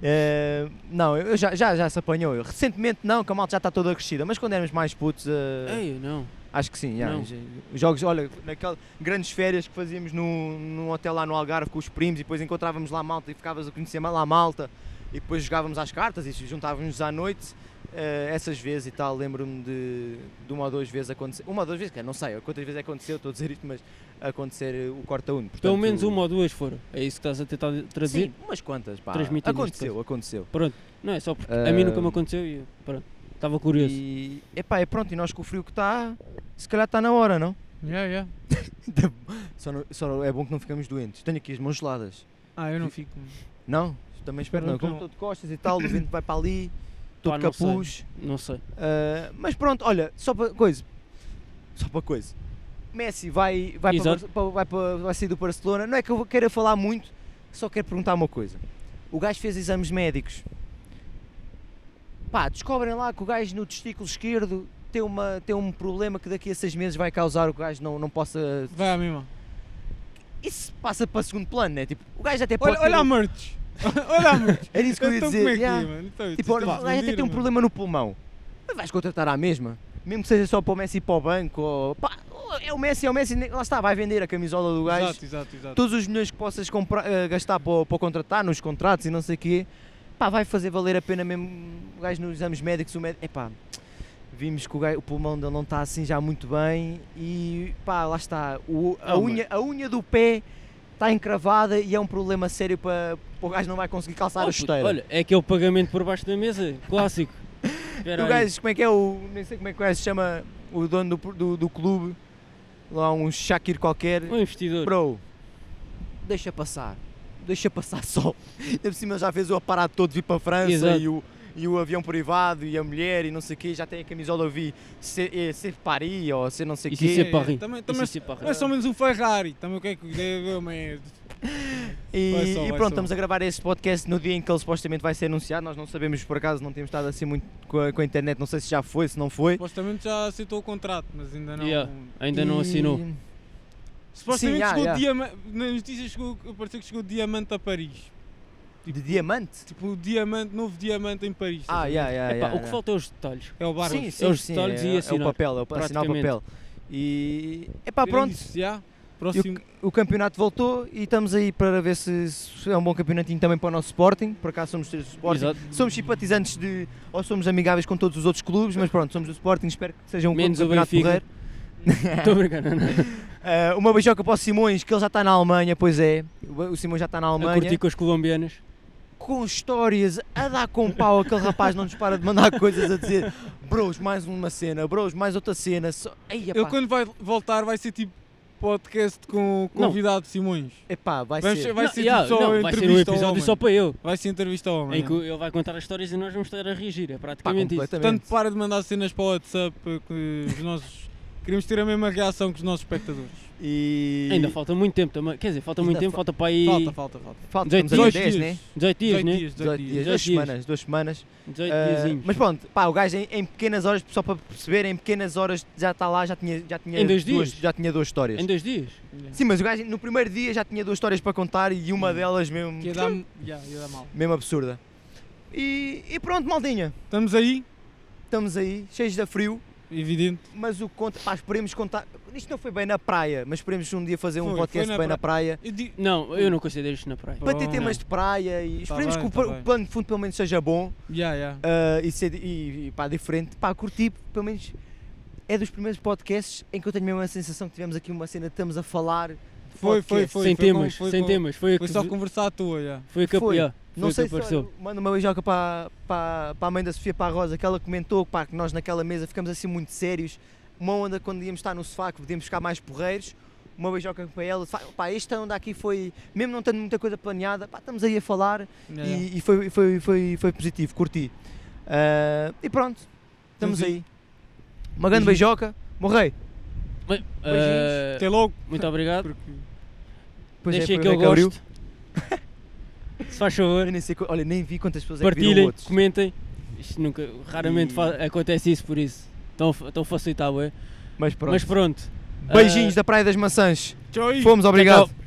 [SPEAKER 1] Eh, não, eu já, já, já se apanhou. Eu, Recentemente não, que a malta já está toda crescida, mas quando éramos mais putos, eh,
[SPEAKER 2] Ei, não.
[SPEAKER 1] acho que sim. já.
[SPEAKER 2] Não.
[SPEAKER 1] Já- os Jogos, olha, naquelas grandes férias que fazíamos num, num hotel lá no Algarve com os primos e depois encontrávamos lá a malta e ficavas a conhecer mais lá a malta e depois jogávamos às cartas e juntávamos-nos à noite. eh, essas vezes e tal, lembro-me de, de uma ou duas vezes acontecer, uma ou duas vezes, cara, não sei quantas vezes é aconteceu, estou a dizer isto, mas acontecer eh, o corta-uno.
[SPEAKER 2] Pelo
[SPEAKER 1] portanto,
[SPEAKER 2] menos uma ou duas foram. É isso que estás a tentar traduzir?
[SPEAKER 1] Sim, umas quantas, pá.
[SPEAKER 2] Transmitir neste
[SPEAKER 1] Aconteceu, aconteceu.
[SPEAKER 2] Não, é só porque a mim nunca me aconteceu e eu, pronto, estava curioso.
[SPEAKER 1] E, epá, é pronto, e nós com o frio que está, se calhar está na hora, não?
[SPEAKER 3] Yeah, yeah.
[SPEAKER 1] Só, não- só é bom que não ficamos doentes. Tenho aqui as mãos geladas.
[SPEAKER 3] Ah, eu não fico.
[SPEAKER 1] Não? Também espero
[SPEAKER 3] Espero
[SPEAKER 1] não.
[SPEAKER 3] que
[SPEAKER 1] Como
[SPEAKER 3] não.
[SPEAKER 1] estou de costas e tal, o vento vai para ali, estou
[SPEAKER 2] Pá,
[SPEAKER 1] de
[SPEAKER 2] não sei.
[SPEAKER 1] capuz.
[SPEAKER 2] Não sei.
[SPEAKER 1] Ah, mas pronto, olha, só para coisa. Só para coisa. Messi vai, vai, para,
[SPEAKER 2] Exato.
[SPEAKER 1] Bar- para- vai, para- vai sair do Barcelona. Não é que eu queira falar muito, só quero perguntar uma coisa. O gajo fez exames médicos. Pá, descobrem lá que o gajo no testículo esquerdo tem, uma, tem um problema que daqui a seis meses vai causar o gajo não, não possa.
[SPEAKER 3] Vai à mesma.
[SPEAKER 1] Isso passa para segundo plano, né? Tipo, o gajo até pode.
[SPEAKER 3] Olha,
[SPEAKER 1] ter
[SPEAKER 3] olha a
[SPEAKER 1] um-
[SPEAKER 3] merch. [laughs] olha a merch.
[SPEAKER 1] Era isso que eu ia
[SPEAKER 3] então
[SPEAKER 1] dizer.
[SPEAKER 3] como é que
[SPEAKER 1] yeah.
[SPEAKER 3] é, mano? Então,
[SPEAKER 1] Tipo, olha, o gajo até tem um problema no pulmão. Mas vais contratar à mesma. Mesmo que seja só para o Messi ir para o banco. Ou, pá, é o Messi, é o Messi. nem- Lá está, vai vender a camisola do gajo.
[SPEAKER 3] Exato, exato, exato.
[SPEAKER 1] Todos os milhões que possas comprar, eh, gastar para, o- para o contratar, nos contratos e não sei o quê. Pá, vai fazer valer a pena mesmo. O gajo nos exames médicos, o médico. Epá, vimos que o, gajo- o pulmão dele não está assim já muito bem. E pá, lá está. o- a,
[SPEAKER 2] Oh,
[SPEAKER 1] unha, a unha do pé está encravada e é um problema sério para, para o gajo não vai conseguir calçar
[SPEAKER 2] Oh,
[SPEAKER 1] a
[SPEAKER 2] puto,
[SPEAKER 1] chuteira.
[SPEAKER 2] Olha, é aquele pagamento por baixo da mesa,
[SPEAKER 1] [laughs]
[SPEAKER 2] clássico. Espera
[SPEAKER 1] o
[SPEAKER 2] aí.
[SPEAKER 1] gajo, como é que é o. Nem sei como é que o gajo se chama o dono do, do, do clube, lá um Shakir qualquer.
[SPEAKER 2] Um investidor.
[SPEAKER 1] Bro, deixa passar. Deixa passar só. Ainda por cima ele já fez o aparato todo de vir para a França
[SPEAKER 2] Exato.
[SPEAKER 1] e o, e o avião privado e a mulher e não sei o quê. Já tem a camisola, eu vi ser, eh, ser Paris ou ser não sei o
[SPEAKER 2] Isso é
[SPEAKER 1] quê.
[SPEAKER 2] ser Paris.
[SPEAKER 3] Também, também
[SPEAKER 2] Isso
[SPEAKER 3] é
[SPEAKER 2] sim, pá.
[SPEAKER 3] mais ou menos um Ferrari. Também o que é que deve haver, Vai
[SPEAKER 1] E,
[SPEAKER 3] só,
[SPEAKER 1] e
[SPEAKER 3] vai
[SPEAKER 1] pronto,
[SPEAKER 3] só.
[SPEAKER 1] estamos a gravar este podcast no dia em que ele supostamente vai ser anunciado. Nós não sabemos, por acaso, não temos estado assim muito com a, com a internet. Não sei se já foi, se não foi.
[SPEAKER 3] Supostamente já aceitou o contrato, mas ainda não.
[SPEAKER 2] Yeah. Ainda não
[SPEAKER 1] E-
[SPEAKER 2] assinou.
[SPEAKER 3] Supostamente
[SPEAKER 1] Sim, yeah,
[SPEAKER 3] chegou
[SPEAKER 1] yeah.
[SPEAKER 3] diamante. Nas notícias chegou, pareceu que chegou diamante a Paris.
[SPEAKER 1] De diamante?
[SPEAKER 3] Tipo, o diamante, novo diamante em Paris.
[SPEAKER 1] Ah,
[SPEAKER 3] estás a ver?
[SPEAKER 1] yeah, yeah,
[SPEAKER 2] Epá,
[SPEAKER 1] yeah,
[SPEAKER 2] o que
[SPEAKER 1] yeah.
[SPEAKER 2] falta é
[SPEAKER 1] [laughs]
[SPEAKER 2] os detalhes.
[SPEAKER 3] É o Barros.
[SPEAKER 1] Sim,
[SPEAKER 2] É
[SPEAKER 1] sim,
[SPEAKER 2] os
[SPEAKER 1] sim,
[SPEAKER 2] detalhes e
[SPEAKER 1] é, é o
[SPEAKER 2] assinar,
[SPEAKER 1] papel, é o, assinar o
[SPEAKER 2] praticamente.
[SPEAKER 1] papel. E, epá,
[SPEAKER 3] Terem
[SPEAKER 1] Ah, pronto,
[SPEAKER 3] disso, já.
[SPEAKER 1] e
[SPEAKER 3] Próximo.
[SPEAKER 1] o, o campeonato voltou e estamos aí para ver se, se é um bom campeonatinho também para o nosso Sporting, por acaso somos três do Sporting,
[SPEAKER 2] Exato.
[SPEAKER 1] somos simpatizantes de, ou somos amigáveis com todos os outros clubes, mas pronto, somos do Sporting, espero que seja um
[SPEAKER 2] Menos o
[SPEAKER 1] campeonato
[SPEAKER 2] Benfica.
[SPEAKER 1] porreiro.
[SPEAKER 2] Estou brincando. é?
[SPEAKER 1] Ah, uma beijoca para o Simões, que ele já está na Alemanha, pois é, o o Simões já está na
[SPEAKER 2] A
[SPEAKER 1] Alemanha,
[SPEAKER 2] curtir com as colombianas.
[SPEAKER 1] com histórias a dar com pau, aquele rapaz não nos para de mandar coisas a dizer, bros, mais uma cena, bros, mais outra cena, só... Ei,
[SPEAKER 3] Ele
[SPEAKER 1] epá.
[SPEAKER 3] quando vai voltar vai ser tipo podcast com o
[SPEAKER 2] Não.
[SPEAKER 3] convidado Simões.
[SPEAKER 1] Epá, vai
[SPEAKER 3] Vamos-
[SPEAKER 1] ser.
[SPEAKER 3] Vai
[SPEAKER 2] Não,
[SPEAKER 3] ser
[SPEAKER 2] yeah,
[SPEAKER 3] só
[SPEAKER 2] não, vai ser um
[SPEAKER 3] entrevista ao
[SPEAKER 2] episódio
[SPEAKER 3] homem.
[SPEAKER 2] só para eu.
[SPEAKER 3] Vai ser entrevista ao homem.
[SPEAKER 2] Em que ele vai contar as histórias e nós vamos estar a reagir. É
[SPEAKER 1] Pá,
[SPEAKER 2] praticamente isso.
[SPEAKER 1] completamente.
[SPEAKER 3] Portanto, para de mandar cenas para o WhatsApp eh, que os nossos Queríamos ter a mesma reação que os nossos espectadores.
[SPEAKER 1] E.
[SPEAKER 2] Ainda falta muito tempo também. Quer dizer, falta
[SPEAKER 1] Ainda
[SPEAKER 2] muito tempo,
[SPEAKER 1] fa-
[SPEAKER 2] falta para aí
[SPEAKER 3] Falta, falta, falta.
[SPEAKER 1] Falta
[SPEAKER 2] Dezoito
[SPEAKER 1] estamos aí a
[SPEAKER 3] Dois
[SPEAKER 1] 10, né?
[SPEAKER 2] 18 dias,
[SPEAKER 3] 18
[SPEAKER 2] né?
[SPEAKER 3] dias, 18
[SPEAKER 1] 18 dias,
[SPEAKER 3] dias.
[SPEAKER 1] duas
[SPEAKER 2] 18 dias.
[SPEAKER 1] semanas, duas semanas.
[SPEAKER 2] 18
[SPEAKER 1] Ah,
[SPEAKER 2] diazinhos.
[SPEAKER 1] mas pronto, pá, o gajo em, em pequenas horas, só para perceber, em pequenas horas já está lá, já tinha, já tinha
[SPEAKER 2] Em dois
[SPEAKER 1] duas,
[SPEAKER 2] dias?
[SPEAKER 1] já tinha duas histórias.
[SPEAKER 2] Em dois dias?
[SPEAKER 1] Sim, mas o gajo no primeiro dia já tinha duas histórias para contar e uma
[SPEAKER 3] Hum.
[SPEAKER 1] delas mesmo,
[SPEAKER 3] Que ia dar, yeah, ia dar mal.
[SPEAKER 1] mesmo absurda. E, e pronto, maldinha,
[SPEAKER 3] Estamos aí,
[SPEAKER 1] estamos aí, cheios de frio,
[SPEAKER 3] evidente.
[SPEAKER 1] mas o conto, pá, esperemos contar. Isto não foi bem na praia, mas esperemos um dia fazer um
[SPEAKER 3] Foi,
[SPEAKER 1] podcast
[SPEAKER 3] foi na
[SPEAKER 1] bem na praia.
[SPEAKER 3] Eu digo,
[SPEAKER 2] Não, eu não considero isto na praia.
[SPEAKER 3] Pá.
[SPEAKER 1] Para ter
[SPEAKER 3] Bom,
[SPEAKER 1] temas de praia e
[SPEAKER 3] Tá
[SPEAKER 1] esperemos
[SPEAKER 3] bem,
[SPEAKER 1] que o,
[SPEAKER 3] tá
[SPEAKER 1] pla-
[SPEAKER 3] bem.
[SPEAKER 1] o plano de fundo pelo menos seja bom
[SPEAKER 3] yeah, yeah.
[SPEAKER 1] ah, e, ser, e, e pá, diferente. Pá, curti, pelo menos é dos primeiros podcasts em que eu tenho mesmo a sensação que tivemos aqui uma cena, estamos a falar. de
[SPEAKER 3] Foi, foi,
[SPEAKER 1] podcast.
[SPEAKER 3] foi.
[SPEAKER 2] sem
[SPEAKER 3] foi
[SPEAKER 2] temas,
[SPEAKER 3] com- foi
[SPEAKER 2] sem
[SPEAKER 3] com-
[SPEAKER 2] temas. Foi, a
[SPEAKER 3] Foi
[SPEAKER 2] que- Eh.
[SPEAKER 3] só conversar à toa, yeah.
[SPEAKER 2] foi a que
[SPEAKER 1] Foi.
[SPEAKER 2] yeah,
[SPEAKER 1] Não
[SPEAKER 2] foi a
[SPEAKER 1] sei
[SPEAKER 2] que
[SPEAKER 1] se olha,
[SPEAKER 2] apareceu.
[SPEAKER 1] manda uma beijoca para, para, para a mãe da Sofia, para a Rosa, que ela comentou pá, que nós naquela mesa ficamos assim muito sérios. Uma onda quando íamos estar no sofá, que podíamos ficar mais porreiros. Uma beijoca para ela. Fa- Pá, esta onda aqui foi, mesmo não tendo muita coisa planeada, pá, estamos aí a falar
[SPEAKER 2] É.
[SPEAKER 3] Yeah, yeah.
[SPEAKER 1] e, e foi, foi, foi, foi positivo, curti. Ah, e pronto, estamos
[SPEAKER 3] Estamos aí.
[SPEAKER 1] aí. Uma grande beijoca, morrei.
[SPEAKER 2] Bem,
[SPEAKER 1] Beijinhos. é
[SPEAKER 2] ah,
[SPEAKER 3] Até logo.
[SPEAKER 2] muito obrigado.
[SPEAKER 3] Porque...
[SPEAKER 1] Pois foi
[SPEAKER 2] Deixem aquele
[SPEAKER 1] bem que abriu.
[SPEAKER 2] gosto. [laughs] se faz favor,
[SPEAKER 1] Eu nem sei, qu- olha, nem vi quantas pessoas é que viram
[SPEAKER 2] partilhem,
[SPEAKER 1] outros.
[SPEAKER 2] comentem. Isto nunca, raramente
[SPEAKER 1] E-
[SPEAKER 2] fa- acontece isso, por isso. Estão a fa- estão a facilitar, ué.
[SPEAKER 1] Mas pronto.
[SPEAKER 2] Mas pronto.
[SPEAKER 1] Beijinhos
[SPEAKER 2] ah,
[SPEAKER 1] da Praia das Maçãs.
[SPEAKER 3] Tchau aí.
[SPEAKER 1] Fomos, obrigado.
[SPEAKER 2] tchau.